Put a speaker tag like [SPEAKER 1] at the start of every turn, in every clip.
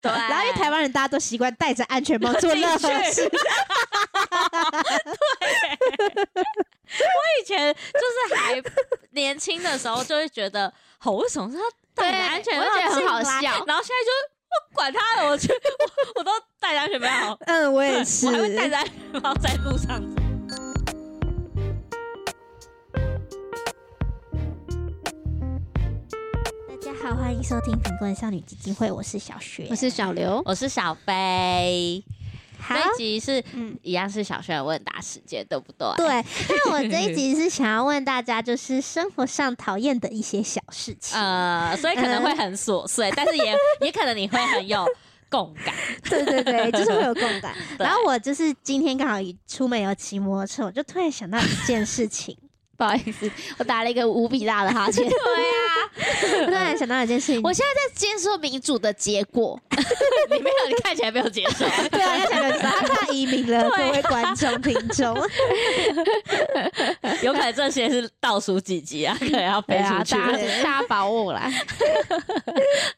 [SPEAKER 1] 对，然
[SPEAKER 2] 然后因为台湾人大家都习惯戴着安全帽 做任何
[SPEAKER 1] 进去
[SPEAKER 2] 事，
[SPEAKER 1] 以前就是还年轻的时候，就会觉得好，为什么是他戴着
[SPEAKER 3] 对
[SPEAKER 1] 安全
[SPEAKER 3] 我
[SPEAKER 1] 帽
[SPEAKER 3] 也觉得很
[SPEAKER 1] 进
[SPEAKER 3] 好
[SPEAKER 1] 来
[SPEAKER 3] 笑
[SPEAKER 1] 然后现在就是我管他了，我去， 我我都戴着安全帽，
[SPEAKER 2] 嗯，我
[SPEAKER 1] 对
[SPEAKER 2] 也是
[SPEAKER 1] 我。还会戴着安全帽在路上走。
[SPEAKER 2] 大家好，欢迎收听贫困少女基金会，我是小雪，
[SPEAKER 3] 我是小刘，
[SPEAKER 1] 我是小飞，
[SPEAKER 2] 好
[SPEAKER 1] 这一集是
[SPEAKER 2] 嗯
[SPEAKER 1] 一样是小学的问答时间，对不对？
[SPEAKER 2] 对， 但我这一集是想要问大家，就是生活上讨厌的一些小事情。
[SPEAKER 1] 呃，所以可能会很琐碎，但是也也可能你会很有共感。
[SPEAKER 2] 对对对，就是会有共 感。
[SPEAKER 1] 对
[SPEAKER 2] 然后我就是今天刚好出门有骑摩托车，我就突然想到一件事 情，
[SPEAKER 3] 不好意思，我打了一个无比大的哈欠。
[SPEAKER 2] 我突然想到一件事情，
[SPEAKER 3] 我现在在接受民主的结果，
[SPEAKER 1] 你没有，你看起来没有接受。
[SPEAKER 2] 对啊，要想到他怕移民了，
[SPEAKER 1] 对啊
[SPEAKER 2] 各位观众听 众，
[SPEAKER 1] 有可能这些是倒数几集啊，可能要
[SPEAKER 3] 对
[SPEAKER 1] 飞
[SPEAKER 3] 啊，
[SPEAKER 1] 出去，
[SPEAKER 3] 大家大家把握来。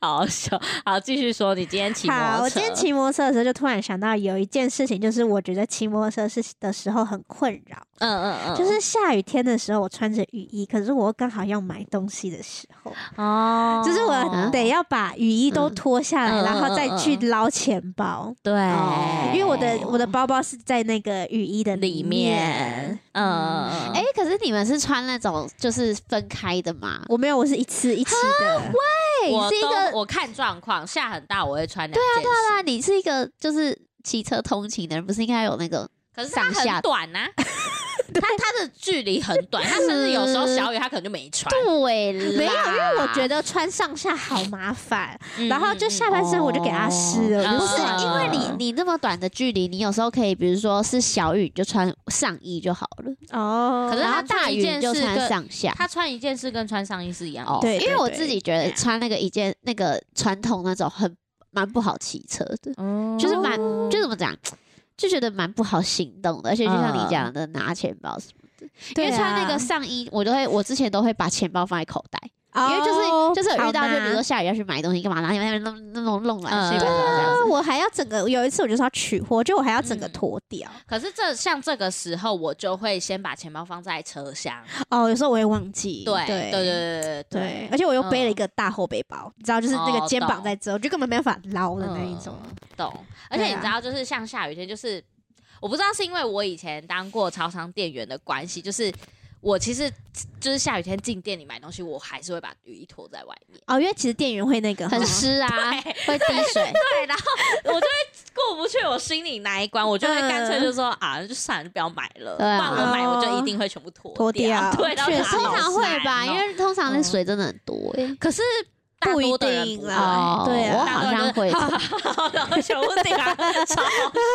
[SPEAKER 1] 好笑。好，继续说，你今天骑摩托
[SPEAKER 2] 好，
[SPEAKER 1] 车，
[SPEAKER 2] 我今天骑摩托车的时候，就突然想到有一件事情，就是我觉得骑摩托车是的时候很困扰，
[SPEAKER 1] 嗯嗯嗯，
[SPEAKER 2] 就是下雨天的时候，我穿着雨衣，可是我又刚好要买东西的时候，
[SPEAKER 1] 哦
[SPEAKER 2] 就是我得要把雨衣都脱下来，
[SPEAKER 1] 嗯嗯
[SPEAKER 2] 然后再去
[SPEAKER 1] 嗯
[SPEAKER 2] 捞钱包，
[SPEAKER 1] 对
[SPEAKER 3] 哦，
[SPEAKER 2] 因为我的我的包包是在那个雨衣的
[SPEAKER 1] 里
[SPEAKER 2] 里
[SPEAKER 1] 面
[SPEAKER 2] 面。，
[SPEAKER 1] 嗯嗯，嗯
[SPEAKER 3] 哎、，可是你们是穿那种就是分开的吗？
[SPEAKER 2] 我没有，我是一次一起
[SPEAKER 3] 啊
[SPEAKER 2] 的，
[SPEAKER 3] 对
[SPEAKER 1] 我
[SPEAKER 3] 是一个
[SPEAKER 1] 都我看状况，下很大我会穿两件，
[SPEAKER 3] 对啊，你是一个就是骑车通勤的人，不是应该有那个？
[SPEAKER 1] 可是它
[SPEAKER 3] 上下
[SPEAKER 1] 很短 呐，它它的距离很短，它甚至有时候小雨它可能就没穿，
[SPEAKER 3] 嗯对啦，
[SPEAKER 2] 没有，因为我觉得穿上下好麻烦，
[SPEAKER 1] 嗯
[SPEAKER 2] 然后就下半身我就给它湿了，
[SPEAKER 1] 嗯
[SPEAKER 2] 我
[SPEAKER 3] 不
[SPEAKER 2] 就是
[SPEAKER 1] 嗯
[SPEAKER 2] 是
[SPEAKER 3] 因为
[SPEAKER 1] 嗯
[SPEAKER 3] 你你这么短的距离，你有时候可以，比如说是小雨就穿上衣就好了，
[SPEAKER 2] 哦，
[SPEAKER 1] 可是
[SPEAKER 3] 然
[SPEAKER 1] 它
[SPEAKER 3] 后
[SPEAKER 1] 大
[SPEAKER 3] 大
[SPEAKER 1] 一
[SPEAKER 3] 雨
[SPEAKER 1] 件
[SPEAKER 3] 你就
[SPEAKER 1] 事
[SPEAKER 3] 穿
[SPEAKER 1] 跟
[SPEAKER 3] 上下。
[SPEAKER 1] 他穿一件事跟穿上衣是一样的。
[SPEAKER 3] 哦，
[SPEAKER 2] 对
[SPEAKER 3] 因为我
[SPEAKER 2] 对
[SPEAKER 3] 自己觉得
[SPEAKER 1] 对
[SPEAKER 3] 穿那个一件那个传统那种很蛮不好骑车的，
[SPEAKER 1] 哦
[SPEAKER 3] 就是蛮就怎么讲，就觉得蛮不好行动的，而且就像你讲的拿钱包什么的，因
[SPEAKER 2] 嗯对
[SPEAKER 3] 为
[SPEAKER 2] 啊
[SPEAKER 3] 穿那个上衣，我都会我之前都会把钱包放在口袋，
[SPEAKER 2] 因
[SPEAKER 3] 因为
[SPEAKER 2] 哦
[SPEAKER 3] 就是就是有遇到，就比如说
[SPEAKER 2] 说。
[SPEAKER 3] 下雨要去买东西干嘛，然后你们在那边弄弄弄弄来
[SPEAKER 1] 嗯
[SPEAKER 3] 睡吧
[SPEAKER 1] 对啊
[SPEAKER 3] 这样子。嗯
[SPEAKER 2] 我还要整个有一次，我就是要取货，就我还要整个脱掉、
[SPEAKER 1] 可是这像这个时候，我就会先把钱包放在车厢。
[SPEAKER 2] 哦。有时候我会忘记，
[SPEAKER 1] 对对
[SPEAKER 2] 对
[SPEAKER 1] 对对对嗯哦
[SPEAKER 2] 对而且我又背了一个大后背包，你知道，就是那个肩膀在遮，我就根本没办法捞的
[SPEAKER 1] 嗯
[SPEAKER 2] 那一种。
[SPEAKER 1] 懂。而且
[SPEAKER 2] 对
[SPEAKER 1] 你
[SPEAKER 2] 啊
[SPEAKER 1] 知道，就是像下雨天，就是我不知道是因为我以前当过超商店员的关系，就是我其实就是下雨天进店里买东西，我还是会把雨衣脱在外面。
[SPEAKER 2] 哦，因为其实店员会那个
[SPEAKER 3] 很
[SPEAKER 2] 哈
[SPEAKER 3] 湿啊，会滴水。
[SPEAKER 1] 对，然后我就会过不去我心里那一关，我就会干脆
[SPEAKER 2] 嗯
[SPEAKER 1] 就说、啊，就算了，就不要买了。
[SPEAKER 3] 对啊
[SPEAKER 1] 不然我买，我就一定会全部脱
[SPEAKER 2] 脱
[SPEAKER 1] 掉。
[SPEAKER 2] 掉
[SPEAKER 1] 对，然后
[SPEAKER 2] 确
[SPEAKER 1] 就
[SPEAKER 2] 实哦
[SPEAKER 1] 把它
[SPEAKER 3] 通
[SPEAKER 1] 老
[SPEAKER 3] 常会吧，
[SPEAKER 1] 塞
[SPEAKER 3] 因为通常那水真的很多欸
[SPEAKER 1] 可是大
[SPEAKER 2] 不一
[SPEAKER 1] 多的人
[SPEAKER 2] 定
[SPEAKER 1] 不
[SPEAKER 2] 啦
[SPEAKER 1] 会
[SPEAKER 3] 哦，
[SPEAKER 2] 嗯对啊
[SPEAKER 3] 我好像会这样，
[SPEAKER 1] 然后全部顶啊，超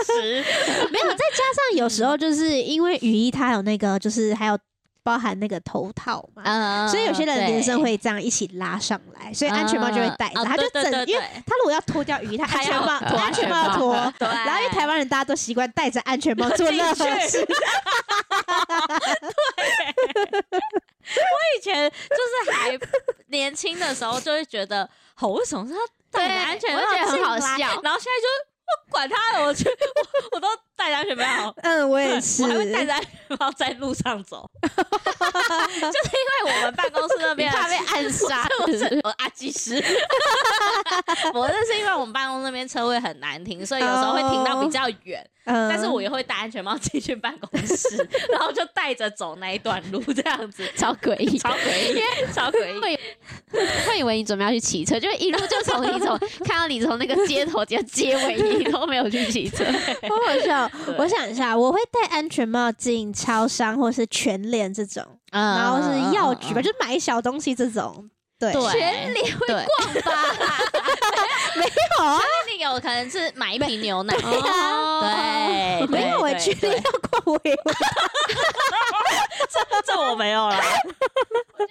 [SPEAKER 1] 时。
[SPEAKER 2] 没有，再加上 有时候
[SPEAKER 1] 嗯
[SPEAKER 2] 就是因为雨衣它有那个，就是还有包含那个头套嘛，
[SPEAKER 3] 嗯，
[SPEAKER 2] 所以有些人连身
[SPEAKER 3] 对
[SPEAKER 2] 会这样一起拉上来，所以安全帽就会戴着，
[SPEAKER 1] 嗯
[SPEAKER 2] 他就整，因为。他如果要脱掉雨 衣，他安全帽，
[SPEAKER 1] 还要
[SPEAKER 2] 安全帽要脱。
[SPEAKER 1] 对
[SPEAKER 2] 然后因为台湾人大家都习惯戴着安全帽 做任何事，
[SPEAKER 1] 以前就是还年轻的时候，就会觉得好，为什么是他戴着
[SPEAKER 3] 对
[SPEAKER 1] 安全帽
[SPEAKER 3] 我也觉得
[SPEAKER 1] 进
[SPEAKER 3] 很好
[SPEAKER 1] 来
[SPEAKER 3] 笑
[SPEAKER 1] 然后现在就是我管他了，我去， 我我都戴着安全帽。
[SPEAKER 2] 嗯，我
[SPEAKER 1] 对
[SPEAKER 2] 也 是
[SPEAKER 1] 我，还会戴着安全帽在路上走，就是因为我们办公室那
[SPEAKER 3] 你
[SPEAKER 1] 边的
[SPEAKER 3] 怕被暗杀，
[SPEAKER 1] 我是我阿基师， 我那是因为我们办公那边车位很难停，所以有时候会停到比较远
[SPEAKER 2] 嗯，
[SPEAKER 1] 但是我也会戴安全帽进去办公室，然后就带着走那一段路这样子，
[SPEAKER 3] 超诡 异。
[SPEAKER 1] 超诡异，超诡异。
[SPEAKER 3] 会 会以为你准备要去骑车，就一路就从你从看到你从那个街头接街尾，你都没有去骑车。
[SPEAKER 2] 好好笑哦
[SPEAKER 1] 对。
[SPEAKER 2] 我想一下，我会戴安全帽进超商或是全联这种，然后
[SPEAKER 1] 嗯
[SPEAKER 2] 是药局吧，就买小东西这种。
[SPEAKER 3] 嗯
[SPEAKER 2] 对，
[SPEAKER 1] 对
[SPEAKER 3] 全脸会
[SPEAKER 1] 对
[SPEAKER 3] 逛吧？
[SPEAKER 2] 有啊，
[SPEAKER 1] 那你有可能是买一瓶牛奶，哦
[SPEAKER 2] 啊
[SPEAKER 1] 对，
[SPEAKER 2] 没有，我
[SPEAKER 1] 对
[SPEAKER 2] 去
[SPEAKER 1] 对
[SPEAKER 2] 要逛我也 会
[SPEAKER 1] 这我没有啦。
[SPEAKER 2] 我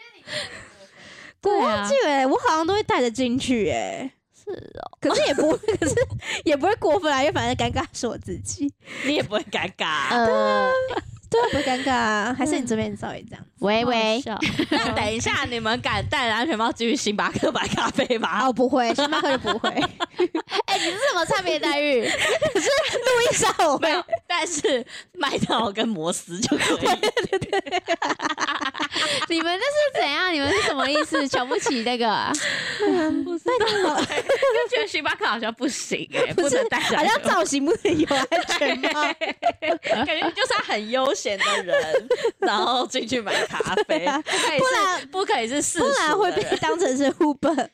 [SPEAKER 3] 对啊
[SPEAKER 2] 忘记了欸、我好像都会带着进去、欸，
[SPEAKER 3] 是哦，
[SPEAKER 2] 可是也不会，可是也不会过分啊，因为反正尴尬是我自己。
[SPEAKER 1] 嗯你也不会尴尬。
[SPEAKER 3] 呃，
[SPEAKER 2] 对啊，不会尴尬啊，还
[SPEAKER 1] 嗯
[SPEAKER 2] 是你这边稍微这样。
[SPEAKER 3] 喂喂，
[SPEAKER 2] 好笑
[SPEAKER 1] 那等一 下，你们敢戴着安全帽进去星巴克买咖啡吗？
[SPEAKER 2] 哦，不会，星巴克就不会。路
[SPEAKER 3] 哎、你是什么差别待遇？
[SPEAKER 2] 易莎，我
[SPEAKER 1] 没有，但是麦当劳跟摩斯就可以。
[SPEAKER 3] 你们那是怎样？你们是什么意思？瞧不起那个啊、
[SPEAKER 2] 麦当劳
[SPEAKER 1] 就觉得星巴克好像 不行哎、
[SPEAKER 2] 不是
[SPEAKER 1] 能戴着
[SPEAKER 2] 好
[SPEAKER 1] 安全
[SPEAKER 2] 像
[SPEAKER 1] 帽，
[SPEAKER 2] 造型不能有安全 帽，
[SPEAKER 1] 感觉就是他很悠闲的人，然后进去买咖 啡，
[SPEAKER 2] 对啊
[SPEAKER 1] 不可以
[SPEAKER 2] 不
[SPEAKER 1] 是
[SPEAKER 2] 然
[SPEAKER 1] 不可以是世
[SPEAKER 2] 不然
[SPEAKER 1] 俗
[SPEAKER 2] 会
[SPEAKER 1] 的
[SPEAKER 2] 被
[SPEAKER 1] 人
[SPEAKER 2] 当成是 Uber。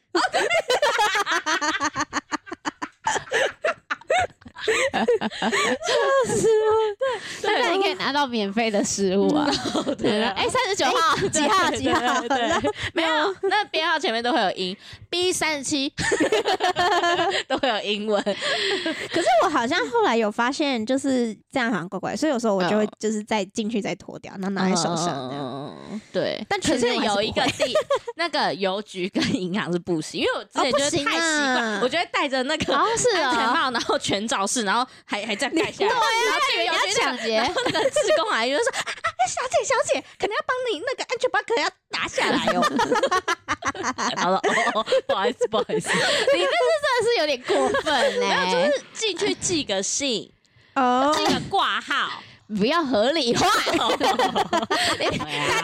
[SPEAKER 3] 但是你可以拿到免费的食物啊。
[SPEAKER 1] 对啊
[SPEAKER 3] 哎，三十九号，
[SPEAKER 2] 几 号
[SPEAKER 1] 对
[SPEAKER 2] 几号？
[SPEAKER 1] 对对对，没有，那编号前面都会有英 B 三十 七，都会有英文。
[SPEAKER 2] 可是我好像后来有发现，就是这样好像怪怪，所以有时候我就会
[SPEAKER 3] 嗯
[SPEAKER 2] 就是再进去再脱掉，然后拿在手上这样。
[SPEAKER 1] 嗯对，
[SPEAKER 2] 但
[SPEAKER 1] 可
[SPEAKER 2] 全
[SPEAKER 1] 是
[SPEAKER 2] 联我还是
[SPEAKER 1] 有一个地， 那个邮局跟银行是不行，因为我之前
[SPEAKER 2] 哦不
[SPEAKER 1] 觉得
[SPEAKER 2] 行
[SPEAKER 1] 太习
[SPEAKER 2] 啊
[SPEAKER 1] 惯，我觉得戴着那个
[SPEAKER 3] 哦，是
[SPEAKER 1] 安全
[SPEAKER 3] 啊，哎
[SPEAKER 1] 帽，然后全罩式，然后还还这样盖下来，然后这个
[SPEAKER 3] 你
[SPEAKER 1] 邮
[SPEAKER 3] 要
[SPEAKER 1] 局那
[SPEAKER 3] 抢
[SPEAKER 1] 个
[SPEAKER 3] 劫
[SPEAKER 1] 然，后那个志工阿姨就说：“啊啊，
[SPEAKER 2] 哎
[SPEAKER 1] 小姐小姐，可能要帮你那个安全帽，可能要拿下来哦。”好了，哦哦，不好意思，不好意思，
[SPEAKER 3] 你那是真的是有点过分哎嘞、
[SPEAKER 1] 就是进去寄个信，
[SPEAKER 2] 哦
[SPEAKER 1] 寄个挂号，
[SPEAKER 3] 不要合理哦化，
[SPEAKER 1] 大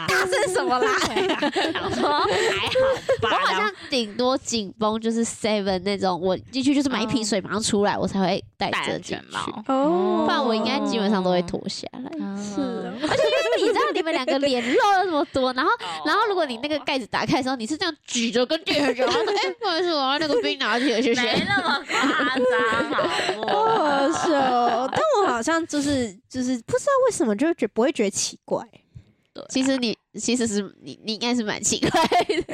[SPEAKER 2] 大声什么啦？
[SPEAKER 1] 想说还好
[SPEAKER 3] 我
[SPEAKER 1] 吧，
[SPEAKER 3] 好
[SPEAKER 1] 然后
[SPEAKER 3] 像顶多紧绷就是 seven 那种，我进去就是买一瓶水马上出来，我才会戴
[SPEAKER 1] 戴
[SPEAKER 3] 着
[SPEAKER 1] 安
[SPEAKER 3] 进
[SPEAKER 1] 全
[SPEAKER 3] 去，
[SPEAKER 1] 帽。
[SPEAKER 2] 哦
[SPEAKER 3] 不然我应该基本上都会脱下来。
[SPEAKER 2] 是哦，
[SPEAKER 3] 而且因为你知道你们两个脸露了那么多，然后
[SPEAKER 1] 哦
[SPEAKER 3] 然后如果你那个盖子打开的时候，你是这样举着跟店员讲，然 后说：“哎、不好意思，我要那个冰拿铁，谢
[SPEAKER 1] 没
[SPEAKER 3] 谢。
[SPEAKER 1] 那么夸张，好不好？
[SPEAKER 2] 好笑哦。但我好像就是就是不知道为什么就会觉不会觉得奇怪，”
[SPEAKER 3] 其实你其实是你你应该是蛮奇怪的，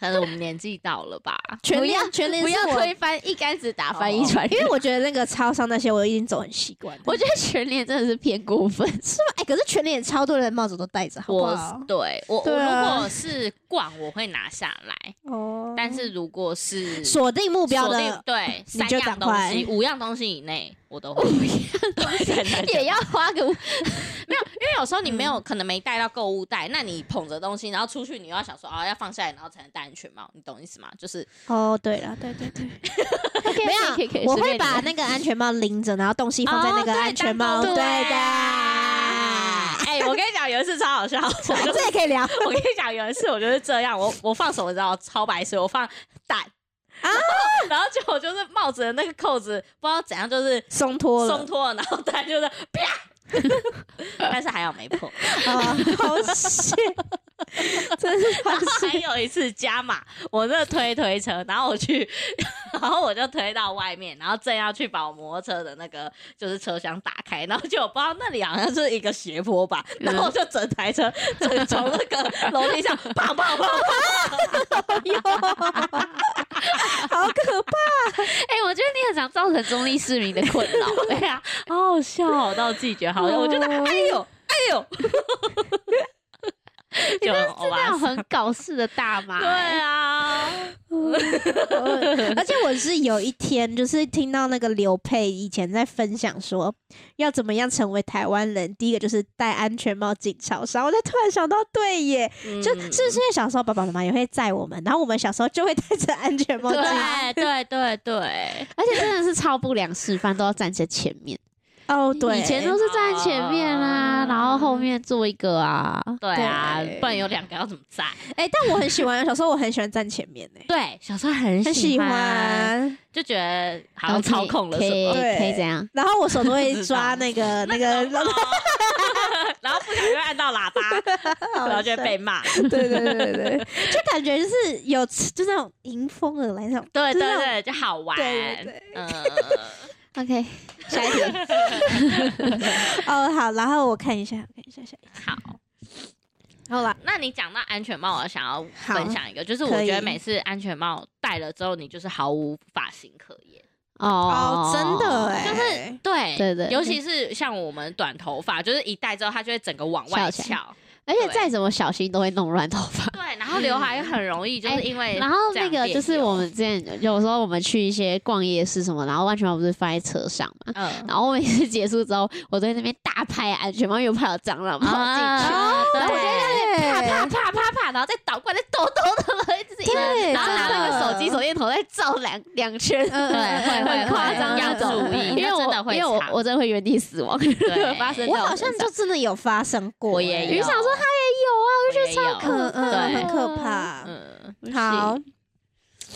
[SPEAKER 1] 可能我们年纪到了吧，
[SPEAKER 2] 全脸全脸
[SPEAKER 3] 不要
[SPEAKER 2] 是我
[SPEAKER 3] 推 翻一竿子打翻一船人。
[SPEAKER 2] 因为我觉得那个超商那些我已经走很习惯了。
[SPEAKER 3] 哦我觉得全脸真的是偏过分，
[SPEAKER 2] 哎、可是全脸超多人帽子都戴着，好不好
[SPEAKER 1] 我？对我我
[SPEAKER 2] 对啊
[SPEAKER 1] 如果是逛，我会拿下来，
[SPEAKER 2] 哦
[SPEAKER 1] 但是如果是
[SPEAKER 2] 锁定目标
[SPEAKER 1] 锁
[SPEAKER 2] 的
[SPEAKER 1] 定对
[SPEAKER 2] 你
[SPEAKER 1] 三
[SPEAKER 2] 就
[SPEAKER 1] 样
[SPEAKER 2] 赶
[SPEAKER 1] 东
[SPEAKER 2] 快
[SPEAKER 1] 西，五样东西以内我都会。 对
[SPEAKER 3] 也要花个
[SPEAKER 1] 因为有时候你没
[SPEAKER 2] 嗯
[SPEAKER 1] 有、可能没带到购物袋，那你捧着东西，然后出去，你又要想说啊、要放下来，然后才能戴安全帽，你懂意思吗？就是
[SPEAKER 2] 哦，对了，对对对，没
[SPEAKER 3] 可以可以可以
[SPEAKER 2] 有，我
[SPEAKER 3] 随便
[SPEAKER 2] 会把
[SPEAKER 3] 你
[SPEAKER 2] 那个安全帽拎着，然后东西放在那
[SPEAKER 1] 哦
[SPEAKER 2] 个安全帽，对的，
[SPEAKER 1] 哎、我跟你讲，有一次超好笑，我就是
[SPEAKER 2] 这也可以聊。
[SPEAKER 1] 我跟你讲，有一次我就是这样，我我放什么你知道超白痴，我放蛋
[SPEAKER 2] 啊
[SPEAKER 1] 然后然后结果就是帽子的那个扣子不知道怎样就是
[SPEAKER 2] 松脱了
[SPEAKER 1] 松，脱了，然后蛋就是啪， 但是还好没破。
[SPEAKER 2] 啊，好险，真是 好
[SPEAKER 1] 然后还
[SPEAKER 2] 险！
[SPEAKER 1] 有一次加码，我那推推车，然后我去， 然后我就推到外面，然后正要去把我摩托车的那个就是车厢打开，然后就我不知道那里好像是一个斜坡吧，然后我就整台车整从那个楼梯上啪啪啪，
[SPEAKER 2] 哟，好可怕！
[SPEAKER 3] 哎、我觉得你很常造成中立市民的困 扰、
[SPEAKER 1] 对呀、啊，好好笑哦，到自己觉得好笑，我觉得
[SPEAKER 2] 哦
[SPEAKER 1] 哎呦哎呦，欸就欧
[SPEAKER 3] 那
[SPEAKER 1] 巴
[SPEAKER 3] 种
[SPEAKER 1] 桑，
[SPEAKER 3] 很搞事的大妈、
[SPEAKER 1] 对啊，
[SPEAKER 2] 而且我是有一天，就是听到那个刘佩以前在分享说，要怎么样成为台湾人，第一个就是戴安全帽进超商，我就突然想到，对耶，就是不
[SPEAKER 1] 嗯
[SPEAKER 2] 是因为小时候爸爸妈妈也会载我们，然后我们小时候就会戴着安全帽进
[SPEAKER 1] 对对对对，
[SPEAKER 3] 而且真的是超不良示范，都要站在前面。
[SPEAKER 2] 哦，对，
[SPEAKER 3] 以前都是站前面啊，
[SPEAKER 1] 哦
[SPEAKER 3] 然后后面坐一个啊。
[SPEAKER 1] 对啊
[SPEAKER 2] 对，
[SPEAKER 1] 不然有两个要怎么在？
[SPEAKER 2] 哎、但我很喜欢，小时候我很喜欢站前面呢、
[SPEAKER 1] 对，小时候很
[SPEAKER 2] 很喜，欢，
[SPEAKER 1] 就觉得好像
[SPEAKER 3] 然后
[SPEAKER 1] 操控了什
[SPEAKER 3] 可以
[SPEAKER 1] 么，
[SPEAKER 2] 对
[SPEAKER 3] 可以怎样？
[SPEAKER 2] 然后我手都会抓那个 那个，
[SPEAKER 1] 然后然后不小心按到喇 叭，然后就会被骂。
[SPEAKER 2] 对对对对对，就感觉就是有就那种迎风而来那种，
[SPEAKER 1] 对
[SPEAKER 2] 就
[SPEAKER 1] 对
[SPEAKER 2] 是那种
[SPEAKER 1] 对，就好玩。
[SPEAKER 2] 对对
[SPEAKER 1] 嗯，
[SPEAKER 3] OK，
[SPEAKER 2] 下一题。哦，好，然后我看一下，我看一下下一题。
[SPEAKER 1] 好。
[SPEAKER 2] 好啦，
[SPEAKER 1] 那你讲到安全帽，我想要
[SPEAKER 2] 好
[SPEAKER 1] 分享一个，就是
[SPEAKER 2] 可
[SPEAKER 1] 我
[SPEAKER 2] 以
[SPEAKER 1] 觉得每次安全帽戴了之后，你就是毫无发型可言。
[SPEAKER 2] 哦，真的哎、
[SPEAKER 1] 就是对
[SPEAKER 3] 对对
[SPEAKER 1] 尤其是像我们短头发，就是一戴之后，它就会整个往外
[SPEAKER 3] 翘起来
[SPEAKER 1] 翘。
[SPEAKER 3] 而且再怎么小心都会弄乱头发。
[SPEAKER 1] 对，对，然后刘海很容易就是
[SPEAKER 3] 哎
[SPEAKER 1] 因为
[SPEAKER 3] 然后那个就是我们之前有时候我们去一些逛夜市什么，然后安全帽不是放在车上嘛？
[SPEAKER 1] 嗯
[SPEAKER 3] 然后我每次结束之后，我都在那边大拍安全帽，又拍到蟑螂跑进去，
[SPEAKER 1] 啊
[SPEAKER 3] 然后我就在那边啪啪啪啪啪，然后再倒过来，抖抖抖，一直一
[SPEAKER 2] 对
[SPEAKER 3] 然后拿那个手机
[SPEAKER 2] 真的
[SPEAKER 3] 手电筒再照两两圈。
[SPEAKER 2] 嗯
[SPEAKER 1] 对会会
[SPEAKER 3] 很夸张
[SPEAKER 1] 要
[SPEAKER 3] 那种，
[SPEAKER 1] 注意，
[SPEAKER 3] 因为
[SPEAKER 1] 那
[SPEAKER 3] 我
[SPEAKER 1] 真的会
[SPEAKER 3] 因为我
[SPEAKER 1] 长
[SPEAKER 3] 我真的会原地死亡，
[SPEAKER 1] 对
[SPEAKER 3] 发生在
[SPEAKER 2] 我好像
[SPEAKER 3] 身上
[SPEAKER 2] 就真的有发生过，哎
[SPEAKER 1] 我也有，
[SPEAKER 3] 雨伞说
[SPEAKER 1] 他也
[SPEAKER 3] 有
[SPEAKER 1] 有啊，我
[SPEAKER 2] 嗯嗯，
[SPEAKER 1] 对
[SPEAKER 2] 很可怕。
[SPEAKER 1] 嗯，
[SPEAKER 2] 好，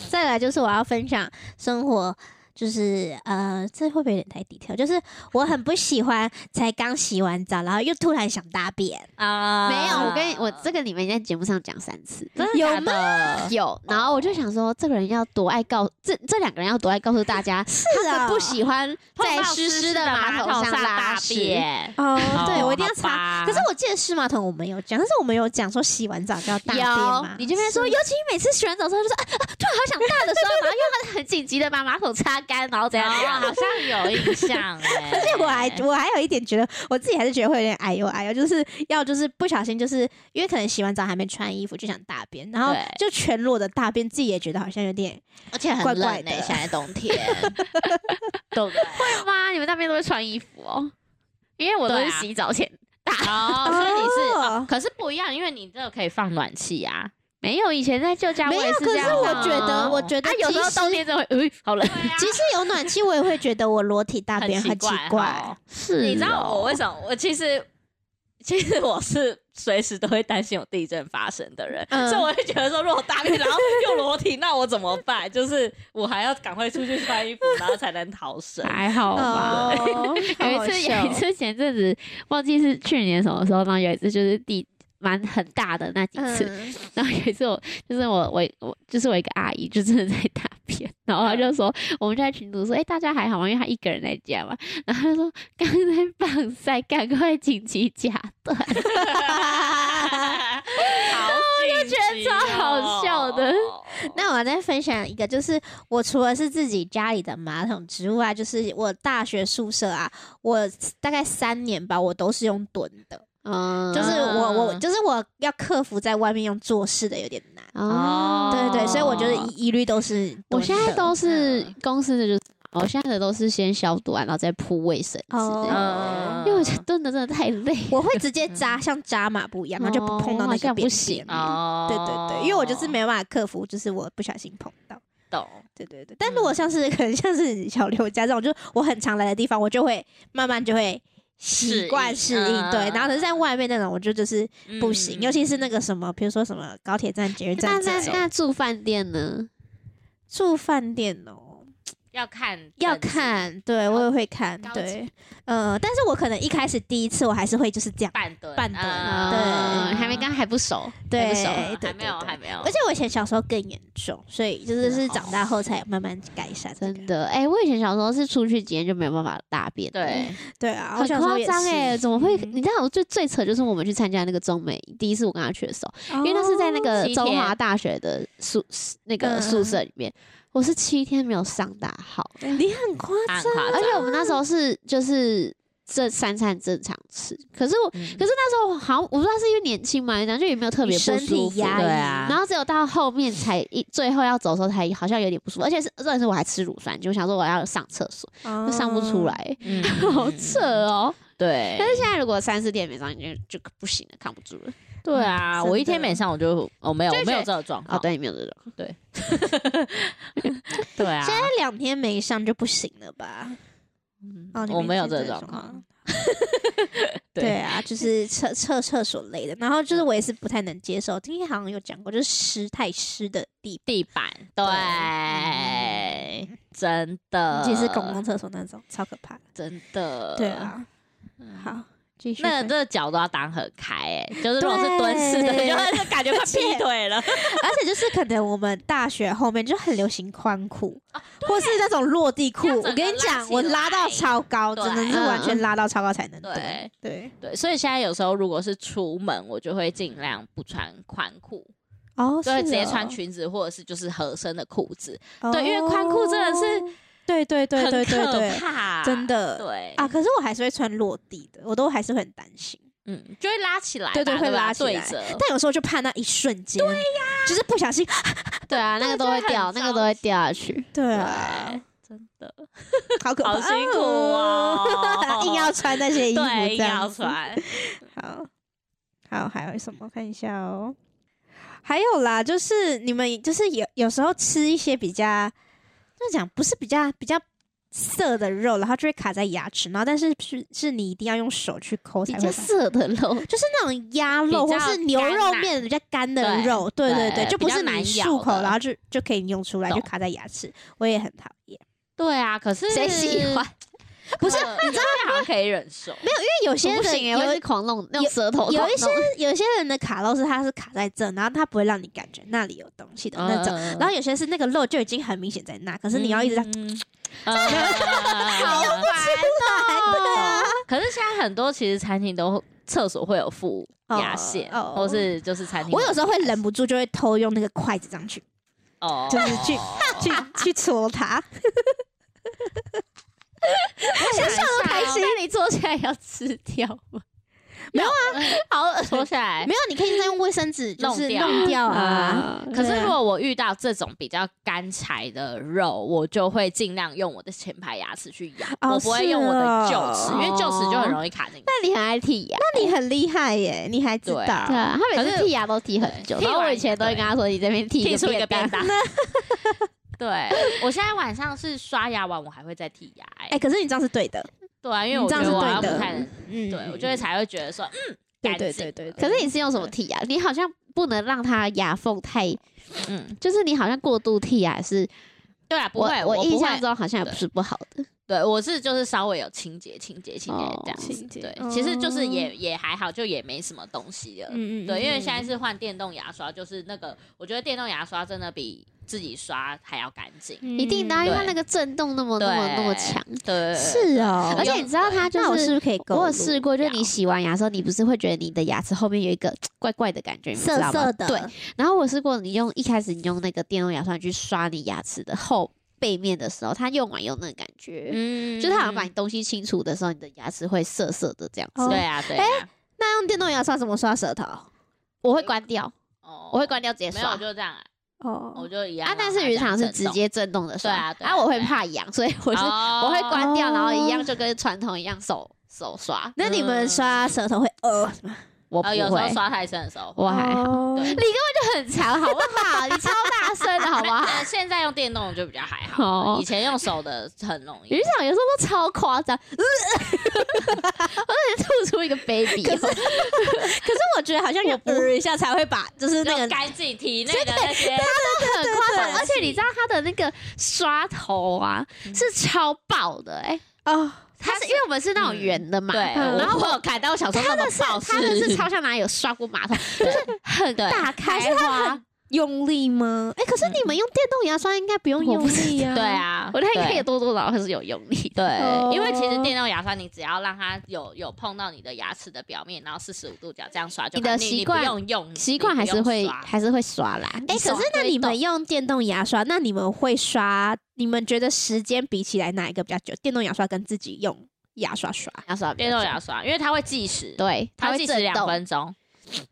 [SPEAKER 2] 再来就是我要分享生活，就是呃，这会不会有点太低调？就是我很不喜欢才刚洗完澡，然后又突然想大便，
[SPEAKER 1] 啊
[SPEAKER 3] 没有，我跟你我这个你们在节目上讲三次，
[SPEAKER 1] 真的
[SPEAKER 2] 有
[SPEAKER 1] 假的？哦
[SPEAKER 3] 有，然后我就想说，这个人要多爱告这这两个人要多爱告诉大家，
[SPEAKER 2] 是啊，
[SPEAKER 3] 不喜欢在
[SPEAKER 1] 碰到
[SPEAKER 3] 湿
[SPEAKER 1] 湿
[SPEAKER 3] 的
[SPEAKER 1] 马
[SPEAKER 3] 桶
[SPEAKER 1] 上
[SPEAKER 3] 拉
[SPEAKER 1] 大
[SPEAKER 3] 屎。
[SPEAKER 1] 便，
[SPEAKER 2] 哦，对
[SPEAKER 1] 哦
[SPEAKER 2] 我一定要
[SPEAKER 1] 好
[SPEAKER 2] 查。
[SPEAKER 1] 吧
[SPEAKER 2] 可是我记得湿马桶我们有讲，但是我们有讲说洗完澡就要大
[SPEAKER 3] 有
[SPEAKER 2] 便吗，？
[SPEAKER 3] 你这边说，尤其每次洗完澡之后，就说啊啊，突然好想大的时候，然后又要很紧急的把马桶擦干，然后怎样？
[SPEAKER 1] 哦，好像有印象 哎、
[SPEAKER 2] 而且 我还我还有一点觉得，我自己还是觉得会有点哎呦哎呦，就是要就是不小心，就是因为可能洗完澡还没穿衣服就想大便，然后
[SPEAKER 3] 对
[SPEAKER 2] 就全裸的大便，自己也觉得好像有点
[SPEAKER 1] 而且很
[SPEAKER 2] 怪
[SPEAKER 1] 冷
[SPEAKER 2] 怪
[SPEAKER 1] 哎、
[SPEAKER 2] 的
[SPEAKER 1] 现在冬天，对不对？
[SPEAKER 3] 会吗？你们那边都会穿衣服哦？因为我都
[SPEAKER 1] 对
[SPEAKER 3] 是
[SPEAKER 1] 啊
[SPEAKER 3] 洗澡前，
[SPEAKER 1] 哦，所以你是，
[SPEAKER 2] 哦
[SPEAKER 1] 可是不一样，因为你这个可以放暖气啊。
[SPEAKER 3] 没有以前在旧家
[SPEAKER 2] 没
[SPEAKER 3] 我也
[SPEAKER 2] 有。可
[SPEAKER 3] 这
[SPEAKER 2] 是
[SPEAKER 3] 样
[SPEAKER 2] 我
[SPEAKER 3] 的
[SPEAKER 1] 啊
[SPEAKER 2] 觉得，
[SPEAKER 3] 哦
[SPEAKER 2] 我觉得
[SPEAKER 3] 啊
[SPEAKER 2] 即
[SPEAKER 3] 有时候冬
[SPEAKER 2] 使
[SPEAKER 3] 天真的会，哎，好冷。
[SPEAKER 2] 即使有暖气，我也会觉得我裸体大
[SPEAKER 1] 呃很
[SPEAKER 2] 便
[SPEAKER 1] 奇
[SPEAKER 2] 啊很奇
[SPEAKER 1] 怪
[SPEAKER 2] 怪
[SPEAKER 1] 哦。
[SPEAKER 3] 是
[SPEAKER 1] 你知道我为
[SPEAKER 3] 什
[SPEAKER 1] 什么？我其实其实我是随时都会担心有地震发生的人，
[SPEAKER 2] 嗯
[SPEAKER 1] 所以我会觉得说，如果大便然后又裸体，那我怎么办？就是我还要赶快出去穿衣服，然后才能逃 生。
[SPEAKER 3] 哦还好吧？
[SPEAKER 2] 哦，好
[SPEAKER 3] 有
[SPEAKER 2] 好
[SPEAKER 3] 一次，
[SPEAKER 2] 笑
[SPEAKER 3] 有一次前阵子忘记是去年什么时候，然后有一次就是地蛮很大的那几次，
[SPEAKER 2] 嗯，
[SPEAKER 3] 然后有一次我就是我我我就是我一个阿姨就真的在大便，然后她就说、我们就在群组说，哎、大家还好吗？因为她一个人在家嘛，然后她说刚才棒 赛，赶快紧急夹断，
[SPEAKER 1] 好紧急哦，哦我就
[SPEAKER 3] 觉得超好笑的
[SPEAKER 2] 那我再分享一个，就是我除了是自己家里的马桶之外，就是我大学宿舍啊，我大概三年吧，我都是用蹲的，
[SPEAKER 3] 嗯，
[SPEAKER 2] 就是我我
[SPEAKER 1] 嗯
[SPEAKER 2] 就是我要克服在外面用坐式的有点难，
[SPEAKER 3] 哦，
[SPEAKER 2] 对对对，所以我
[SPEAKER 1] 觉
[SPEAKER 2] 就是一一律都是蹲的
[SPEAKER 3] 我现在都是
[SPEAKER 1] 嗯
[SPEAKER 3] 公司的就是。我现在的都是先消毒完，然后再铺卫生纸，
[SPEAKER 2] 哦
[SPEAKER 1] 嗯，
[SPEAKER 3] 因为我觉得蹲的真的太累了。
[SPEAKER 2] 我会直接扎像扎马步一样，然后就不碰
[SPEAKER 3] 嗯
[SPEAKER 2] 到
[SPEAKER 3] 哦
[SPEAKER 2] 那
[SPEAKER 3] 这
[SPEAKER 2] 个
[SPEAKER 3] 样
[SPEAKER 2] 边
[SPEAKER 3] 不行
[SPEAKER 2] 边
[SPEAKER 1] 哦，
[SPEAKER 2] 对对对，因为我就是没办法克服，就是我不小心碰到。
[SPEAKER 1] 懂，
[SPEAKER 2] 对对对，但如
[SPEAKER 3] 嗯
[SPEAKER 2] 果像是、 可能像是小刘家这种，就我很常来的地方，我就会慢慢就会
[SPEAKER 1] 适
[SPEAKER 2] 习
[SPEAKER 1] 应
[SPEAKER 2] 惯适应。
[SPEAKER 1] 嗯
[SPEAKER 2] 对，然后可是在外面那种，我就就是不行，
[SPEAKER 1] 嗯
[SPEAKER 2] 尤其是那个什么，比如说什么高铁站、捷运
[SPEAKER 3] 那
[SPEAKER 2] 站
[SPEAKER 3] 那
[SPEAKER 2] 这种
[SPEAKER 3] 那住饭店呢？
[SPEAKER 2] 住饭店哦。
[SPEAKER 1] 要看
[SPEAKER 2] 要
[SPEAKER 1] 等级
[SPEAKER 2] 看，对我也会看
[SPEAKER 1] 高，
[SPEAKER 2] 对，呃，但是我可能一开始第一次我还是会就是这样，
[SPEAKER 1] 半吨
[SPEAKER 2] 半吨
[SPEAKER 1] 嗯
[SPEAKER 2] 对
[SPEAKER 3] 嗯还没刚还不熟，
[SPEAKER 2] 对，
[SPEAKER 3] 还不熟
[SPEAKER 2] 对对
[SPEAKER 1] 还没有
[SPEAKER 2] 对
[SPEAKER 1] 还没
[SPEAKER 3] 哦
[SPEAKER 1] 有，
[SPEAKER 2] 而且我以前小时候更严重，所以就是是长大后才慢慢改善这个。
[SPEAKER 3] 真的。哎、我以前小时候是出去几天就没有办法大便，，
[SPEAKER 1] 对
[SPEAKER 2] 对啊，我
[SPEAKER 3] 很
[SPEAKER 2] 小时候
[SPEAKER 3] 夸
[SPEAKER 2] 也
[SPEAKER 3] 张
[SPEAKER 2] 是
[SPEAKER 3] 哎，怎么会？
[SPEAKER 2] 嗯
[SPEAKER 3] 你知道我最最扯就是我们去参加那个中美，第一次我跟他去的时候，
[SPEAKER 2] 因
[SPEAKER 3] 因为那是在那
[SPEAKER 1] 哦
[SPEAKER 3] 个
[SPEAKER 1] 七天
[SPEAKER 3] 中华大学的宿那
[SPEAKER 2] 嗯
[SPEAKER 3] 个宿舍里面，我是七天没有上大号，
[SPEAKER 2] 你很夸
[SPEAKER 1] 很
[SPEAKER 2] 张，
[SPEAKER 1] 夸
[SPEAKER 3] 而
[SPEAKER 1] 张
[SPEAKER 3] 且我们那时候是就是这三餐正常吃，可是我。
[SPEAKER 1] 嗯
[SPEAKER 3] 可是那时候好像我不知道是因为年轻嘛，然后就也没有特别不
[SPEAKER 2] 你
[SPEAKER 3] 舒
[SPEAKER 2] 身体
[SPEAKER 3] 服，
[SPEAKER 2] 压抑，
[SPEAKER 1] 对啊
[SPEAKER 3] 然后只有到后面才一最后要走的时候才好像有点不舒服，而且是重点是我还吃乳酸，就想说我要上厕所，
[SPEAKER 2] 啊
[SPEAKER 3] 就上不出来，
[SPEAKER 1] 嗯
[SPEAKER 3] 好扯 哦。
[SPEAKER 1] 对，
[SPEAKER 3] 但是现在如果三四天没上，你就就不行了，扛不住了。
[SPEAKER 1] 对啊，
[SPEAKER 2] 真的
[SPEAKER 1] 我一天没上我就我没有
[SPEAKER 3] 就
[SPEAKER 1] 我
[SPEAKER 3] 是
[SPEAKER 1] 没有
[SPEAKER 3] 觉
[SPEAKER 1] 这个状
[SPEAKER 3] 哦，
[SPEAKER 1] 况，
[SPEAKER 3] 对，没有这种，
[SPEAKER 1] 对啊
[SPEAKER 2] 现，在两天没上就不行了吧？哦，你
[SPEAKER 1] 我没有
[SPEAKER 2] 这
[SPEAKER 1] 这种
[SPEAKER 2] 状况。
[SPEAKER 1] 对
[SPEAKER 2] 对啊，就是厕厕厕所类的，然后就是我也是不太能接受，今天好像有讲过，就是湿太湿的地
[SPEAKER 1] 地板对，真
[SPEAKER 2] 板，
[SPEAKER 1] 的，
[SPEAKER 2] 尤其是公共厕所那种，超可怕的。
[SPEAKER 1] 真的，
[SPEAKER 2] 对。啊，好，继续
[SPEAKER 1] 呃那
[SPEAKER 2] 分
[SPEAKER 1] 这个脚都要挡很开哎、就是如果是蹲式 的，
[SPEAKER 2] 对
[SPEAKER 1] 你就会感觉快劈腿了。
[SPEAKER 2] 而且就是可能我们大学后面就很流行宽裤，或是那种落地
[SPEAKER 1] 哦
[SPEAKER 2] 裤。
[SPEAKER 1] 要整个
[SPEAKER 2] 我跟你
[SPEAKER 1] 拉
[SPEAKER 2] 讲，
[SPEAKER 1] 起
[SPEAKER 2] 我拉到
[SPEAKER 1] 来
[SPEAKER 2] 超高，
[SPEAKER 1] 对
[SPEAKER 2] 真的是完全
[SPEAKER 3] 嗯
[SPEAKER 2] 拉到超高才能蹲。
[SPEAKER 1] 对
[SPEAKER 2] 对，
[SPEAKER 1] 对，所以现在有时候如果是出门，我就会尽量不穿宽裤，
[SPEAKER 2] 哦，
[SPEAKER 1] 就会
[SPEAKER 2] 是
[SPEAKER 1] 直接
[SPEAKER 2] 哦
[SPEAKER 1] 穿，裙子或者是就是合身的裤子，对因为宽裤真的是
[SPEAKER 2] 哦，对对对对对
[SPEAKER 1] 很可
[SPEAKER 2] 对，
[SPEAKER 1] 怕，
[SPEAKER 2] 真
[SPEAKER 1] 啊
[SPEAKER 2] 的啊
[SPEAKER 1] 对
[SPEAKER 2] 啊！可是我还是会穿落地的，我都还是会很担心。
[SPEAKER 1] 嗯，就会拉起来吧，
[SPEAKER 2] 对对
[SPEAKER 1] 对吧，
[SPEAKER 2] 会拉起来
[SPEAKER 1] 对折。
[SPEAKER 2] 但有时候就怕那一瞬间，对呀，就是不小心，
[SPEAKER 3] 对啊，那个都会掉，那个都会掉下去。
[SPEAKER 2] 对啊，
[SPEAKER 1] 对，真的
[SPEAKER 2] 好可怕，
[SPEAKER 1] 好辛苦哦
[SPEAKER 2] 硬要穿那些衣服，
[SPEAKER 1] 对，
[SPEAKER 2] 这
[SPEAKER 1] 硬
[SPEAKER 2] 样
[SPEAKER 1] 要
[SPEAKER 2] 子
[SPEAKER 1] 穿。
[SPEAKER 2] 好，好，还有什么？看一下哦。还有啦，就是你们就是有有时候吃一些比较，就是讲不是比较比较涩的肉，然后就会卡在牙齿，然后但是是是你一定要用手去抠
[SPEAKER 3] 比
[SPEAKER 2] 才
[SPEAKER 3] 较
[SPEAKER 2] 会。
[SPEAKER 3] 涩的肉，
[SPEAKER 2] 就是那种鸭肉
[SPEAKER 1] 比
[SPEAKER 2] 或
[SPEAKER 1] 较
[SPEAKER 2] 是牛肉
[SPEAKER 1] 干啊
[SPEAKER 2] 面比较干的肉，对对
[SPEAKER 3] 对
[SPEAKER 2] 对，就不是
[SPEAKER 1] 比较
[SPEAKER 2] 你
[SPEAKER 1] 难咬
[SPEAKER 2] 漱口，
[SPEAKER 1] 的
[SPEAKER 2] 然后就就可以用出来，就
[SPEAKER 1] 懂
[SPEAKER 2] 卡在牙齿，我也很讨厌。
[SPEAKER 1] 对啊，可是
[SPEAKER 3] 谁喜欢？
[SPEAKER 2] 不是，
[SPEAKER 1] 呃你知道好像可以忍受，没有
[SPEAKER 2] 因为有些
[SPEAKER 3] 不行
[SPEAKER 2] 人
[SPEAKER 3] 也会是
[SPEAKER 2] 欸有
[SPEAKER 3] 狂弄，用舌头
[SPEAKER 2] 有一些
[SPEAKER 3] 狂弄
[SPEAKER 2] 有些人的卡肉是它是卡在这，然后它不会让你感觉那里有东西的那种。
[SPEAKER 1] 嗯
[SPEAKER 2] 然后有些是那个肉就已经很明显在那，可是你要一直在
[SPEAKER 1] 样， 好烦
[SPEAKER 2] 对啊
[SPEAKER 1] 哦。可是现在很多其实餐厅都厕所会有附牙线，
[SPEAKER 2] 哦哦
[SPEAKER 1] 或是就是餐厅
[SPEAKER 2] 我有时候会忍不住就会偷用那个筷子这样去
[SPEAKER 1] 哦，
[SPEAKER 2] 就是去去去戳它，
[SPEAKER 1] 想笑
[SPEAKER 3] 都
[SPEAKER 1] 开心。
[SPEAKER 3] 那你坐下来要吃掉吗？
[SPEAKER 2] 没有
[SPEAKER 3] 啊，好恶
[SPEAKER 1] 说
[SPEAKER 3] 心
[SPEAKER 1] 下来
[SPEAKER 2] 没有，你可以再用卫生纸就是
[SPEAKER 1] 弄掉
[SPEAKER 2] 弄掉啊。
[SPEAKER 3] 啊！
[SPEAKER 1] 可
[SPEAKER 2] 对
[SPEAKER 1] 是
[SPEAKER 2] 啊
[SPEAKER 1] 如果我遇到这种比较干柴的肉，我就会尽量用我的前排牙齿去咬，
[SPEAKER 2] 哦
[SPEAKER 1] 我不会用我的
[SPEAKER 2] 是
[SPEAKER 1] 臼
[SPEAKER 2] 哦
[SPEAKER 1] 齿，因为臼齿就很容易卡进去。
[SPEAKER 3] 那你很爱剔牙，
[SPEAKER 2] 那你很厉害耶，你还知
[SPEAKER 1] 对
[SPEAKER 2] 道
[SPEAKER 1] 啊？
[SPEAKER 3] 对啊，他每
[SPEAKER 1] 可
[SPEAKER 3] 次
[SPEAKER 1] 是
[SPEAKER 3] 剔牙都剔很久。
[SPEAKER 1] 对
[SPEAKER 3] 然
[SPEAKER 1] 剔
[SPEAKER 3] 后我
[SPEAKER 1] 完
[SPEAKER 3] 以前都会跟他说：“你这边剔
[SPEAKER 1] 剔出一个便
[SPEAKER 3] 便
[SPEAKER 1] 当。对，我现在晚上是刷牙完，我还会再剔牙、欸。
[SPEAKER 2] 哎，可是你这样是对的，
[SPEAKER 1] 对啊，因为
[SPEAKER 2] 你
[SPEAKER 1] 我
[SPEAKER 2] 这
[SPEAKER 1] 觉
[SPEAKER 2] 样是
[SPEAKER 1] 得我
[SPEAKER 2] 对
[SPEAKER 1] 好像
[SPEAKER 2] 的
[SPEAKER 1] 不太能，
[SPEAKER 2] 嗯，
[SPEAKER 1] 对我就会才会觉得说，嗯，
[SPEAKER 2] 对
[SPEAKER 1] 干
[SPEAKER 2] 对
[SPEAKER 1] 净
[SPEAKER 2] 对对
[SPEAKER 1] 了
[SPEAKER 2] 对
[SPEAKER 3] 可是你是用什么剔牙？你好像不能让他牙缝太，
[SPEAKER 1] 嗯，
[SPEAKER 3] 就是你好像过度剔牙是，
[SPEAKER 1] 对啊，不
[SPEAKER 3] 我
[SPEAKER 1] 会，
[SPEAKER 3] 我
[SPEAKER 1] 不
[SPEAKER 3] 印
[SPEAKER 1] 会
[SPEAKER 3] 象，中好像也不是不好的。
[SPEAKER 1] 对我是就是稍微有清洁、清洁、清洁这样
[SPEAKER 2] 哦清
[SPEAKER 1] 子。
[SPEAKER 2] 洁哦
[SPEAKER 1] 对，其实就是也也还好，就也没什么东西了。
[SPEAKER 2] 嗯嗯，
[SPEAKER 1] 对，因为现在
[SPEAKER 2] 嗯
[SPEAKER 1] 是换电动牙刷，就是那个，我觉得电动牙刷真的比自己刷还要干净。
[SPEAKER 3] 一定的啊，
[SPEAKER 2] 嗯
[SPEAKER 3] 因
[SPEAKER 1] 对
[SPEAKER 3] 为它那个震动那么那么那么强。
[SPEAKER 1] 对，
[SPEAKER 2] 是哦，
[SPEAKER 3] 而且你知道它就
[SPEAKER 2] 那我
[SPEAKER 3] 是
[SPEAKER 2] 是不是可以
[SPEAKER 3] 我
[SPEAKER 2] 勾入？
[SPEAKER 3] 有试过，就是你洗完牙之后，你不是会觉得你的牙齿后面有一个怪怪的感觉，你知
[SPEAKER 2] 涩
[SPEAKER 3] 道吗
[SPEAKER 2] 涩的，
[SPEAKER 3] 对，然后我试过，你用一开始你用那个电动牙刷去刷你牙齿的后背面的时候，它用完有那个感觉，
[SPEAKER 1] 嗯
[SPEAKER 3] 就是它好像把你东西清除的时候，你的牙齿会涩涩的这样子。
[SPEAKER 2] 哦
[SPEAKER 1] 对啊，对
[SPEAKER 3] 哎
[SPEAKER 1] 啊，
[SPEAKER 2] 那用电动牙刷怎么刷舌头？
[SPEAKER 3] 我会关掉，
[SPEAKER 1] 哦
[SPEAKER 3] 我会关掉直接
[SPEAKER 1] 没有，
[SPEAKER 3] 刷。
[SPEAKER 1] 我就这样啊，我
[SPEAKER 2] 哦，
[SPEAKER 1] 就一样
[SPEAKER 3] 啊
[SPEAKER 1] 让，它
[SPEAKER 3] 但
[SPEAKER 1] 这
[SPEAKER 3] 是
[SPEAKER 1] 样
[SPEAKER 3] 鱼场是
[SPEAKER 1] 震
[SPEAKER 3] 直
[SPEAKER 1] 动，哦
[SPEAKER 3] 接震动的刷，
[SPEAKER 1] 对啊对啊
[SPEAKER 3] 啊，我会
[SPEAKER 1] 对啊
[SPEAKER 3] 怕痒，所以我
[SPEAKER 1] 我
[SPEAKER 3] 就
[SPEAKER 1] 我
[SPEAKER 3] 我会关掉，然后一样
[SPEAKER 2] 哦
[SPEAKER 3] 就跟传统一样手手刷。
[SPEAKER 2] 那你们刷舌头会呃什么？
[SPEAKER 3] 我不
[SPEAKER 1] 哦呃，有时候
[SPEAKER 3] 会，
[SPEAKER 1] 刷太深的时候会，
[SPEAKER 3] 我还好，
[SPEAKER 2] 哦
[SPEAKER 1] 对
[SPEAKER 3] 就很长，好不好？你超大声的好不好？
[SPEAKER 1] 但现在用电动就比较还 好，
[SPEAKER 3] 好
[SPEAKER 1] 以前用手的很容易
[SPEAKER 3] 鱼。场有时候都超夸张， 呃我得吐出一个 baby，
[SPEAKER 2] 可
[SPEAKER 3] 哦
[SPEAKER 2] 可是我觉得好像有
[SPEAKER 3] 我不
[SPEAKER 2] 呃一下才会把，就是那
[SPEAKER 1] 就
[SPEAKER 2] 个
[SPEAKER 1] 干净体内的那些，
[SPEAKER 3] 很夸张。
[SPEAKER 2] 对
[SPEAKER 3] 而且你知道它的那个刷头啊，
[SPEAKER 1] 嗯
[SPEAKER 3] 是超爆的哎、
[SPEAKER 2] 哦，
[SPEAKER 3] 它是因为我们是那种圆的嘛，
[SPEAKER 1] 对，然
[SPEAKER 2] 嗯
[SPEAKER 3] 然
[SPEAKER 1] 后
[SPEAKER 3] 后
[SPEAKER 1] 我有看到，我想说那
[SPEAKER 3] 它
[SPEAKER 1] 么
[SPEAKER 3] 的是
[SPEAKER 1] 暴
[SPEAKER 3] 它的是超像哪里有刷过 马桶，就是很
[SPEAKER 1] 对
[SPEAKER 3] 大
[SPEAKER 2] 还
[SPEAKER 3] 开
[SPEAKER 2] 是 它
[SPEAKER 3] 花
[SPEAKER 2] 很。用力吗？哎，可是你们用电动牙刷应该不用用力呀。
[SPEAKER 1] 对，啊，
[SPEAKER 3] 嗯我觉得它应该
[SPEAKER 1] 对
[SPEAKER 3] 也多多少少是有用力的。嗯
[SPEAKER 1] 对，因为其实
[SPEAKER 2] 哦
[SPEAKER 1] 电动牙刷，你只要让它有有碰到你的牙齿的表面，然后四十五度角这样刷就好，
[SPEAKER 3] 你的
[SPEAKER 1] 你
[SPEAKER 3] 习
[SPEAKER 1] 你
[SPEAKER 3] 惯
[SPEAKER 1] 不用用
[SPEAKER 3] 习惯还是会
[SPEAKER 1] 哎，
[SPEAKER 3] 还是会刷啦。
[SPEAKER 2] 哎，
[SPEAKER 1] 手
[SPEAKER 2] 可是那
[SPEAKER 1] 推
[SPEAKER 2] 你们
[SPEAKER 1] 动
[SPEAKER 2] 用电动牙刷，那你们会刷？你们觉得时间比起来哪一个比较久？电动牙刷跟自己用牙刷刷？
[SPEAKER 3] 牙刷比
[SPEAKER 1] 电
[SPEAKER 3] 较
[SPEAKER 1] 动
[SPEAKER 3] 久
[SPEAKER 1] 牙刷，因为它会计时，
[SPEAKER 3] 对，
[SPEAKER 1] 它
[SPEAKER 3] 它
[SPEAKER 1] 会
[SPEAKER 3] 会
[SPEAKER 1] 计时
[SPEAKER 3] 震
[SPEAKER 1] 两
[SPEAKER 3] 动。
[SPEAKER 1] 分钟，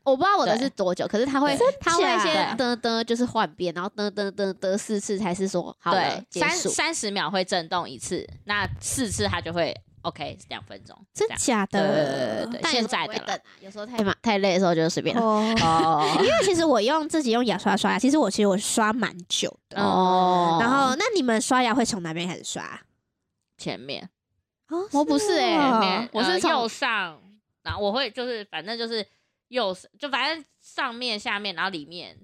[SPEAKER 3] 我不知道我的
[SPEAKER 1] 对
[SPEAKER 3] 是多久，可是它会
[SPEAKER 1] 对
[SPEAKER 3] 它会先
[SPEAKER 1] 假
[SPEAKER 3] 噔噔就是换边，然后噔噔噔噔四次才是说好了
[SPEAKER 1] 对，
[SPEAKER 3] 结
[SPEAKER 1] 三
[SPEAKER 3] 束。
[SPEAKER 1] 三十秒会震动一次，那四次它就会 OK 两分钟，
[SPEAKER 2] 真
[SPEAKER 1] 这样对
[SPEAKER 2] 假
[SPEAKER 1] 对
[SPEAKER 2] 的
[SPEAKER 1] 对？对
[SPEAKER 3] 但有时
[SPEAKER 1] 现
[SPEAKER 3] 候
[SPEAKER 1] 在
[SPEAKER 3] 不
[SPEAKER 1] 的
[SPEAKER 3] 会
[SPEAKER 1] 啦
[SPEAKER 3] 等啊，有时候太忙太累的时候就随便。
[SPEAKER 2] 哦，
[SPEAKER 1] 哦
[SPEAKER 2] 因为其实我用自己用牙刷刷牙，其实我其实我刷蛮久的。
[SPEAKER 1] 哦
[SPEAKER 2] 然后，那你们刷牙会从哪边开始刷？
[SPEAKER 1] 前面
[SPEAKER 2] 哦，
[SPEAKER 3] 我不是欸
[SPEAKER 2] 哦
[SPEAKER 1] 前面，
[SPEAKER 3] 我是
[SPEAKER 1] 呃
[SPEAKER 3] 从
[SPEAKER 1] 右上，然后我会就是反正就是右就反正上面下面，然后里面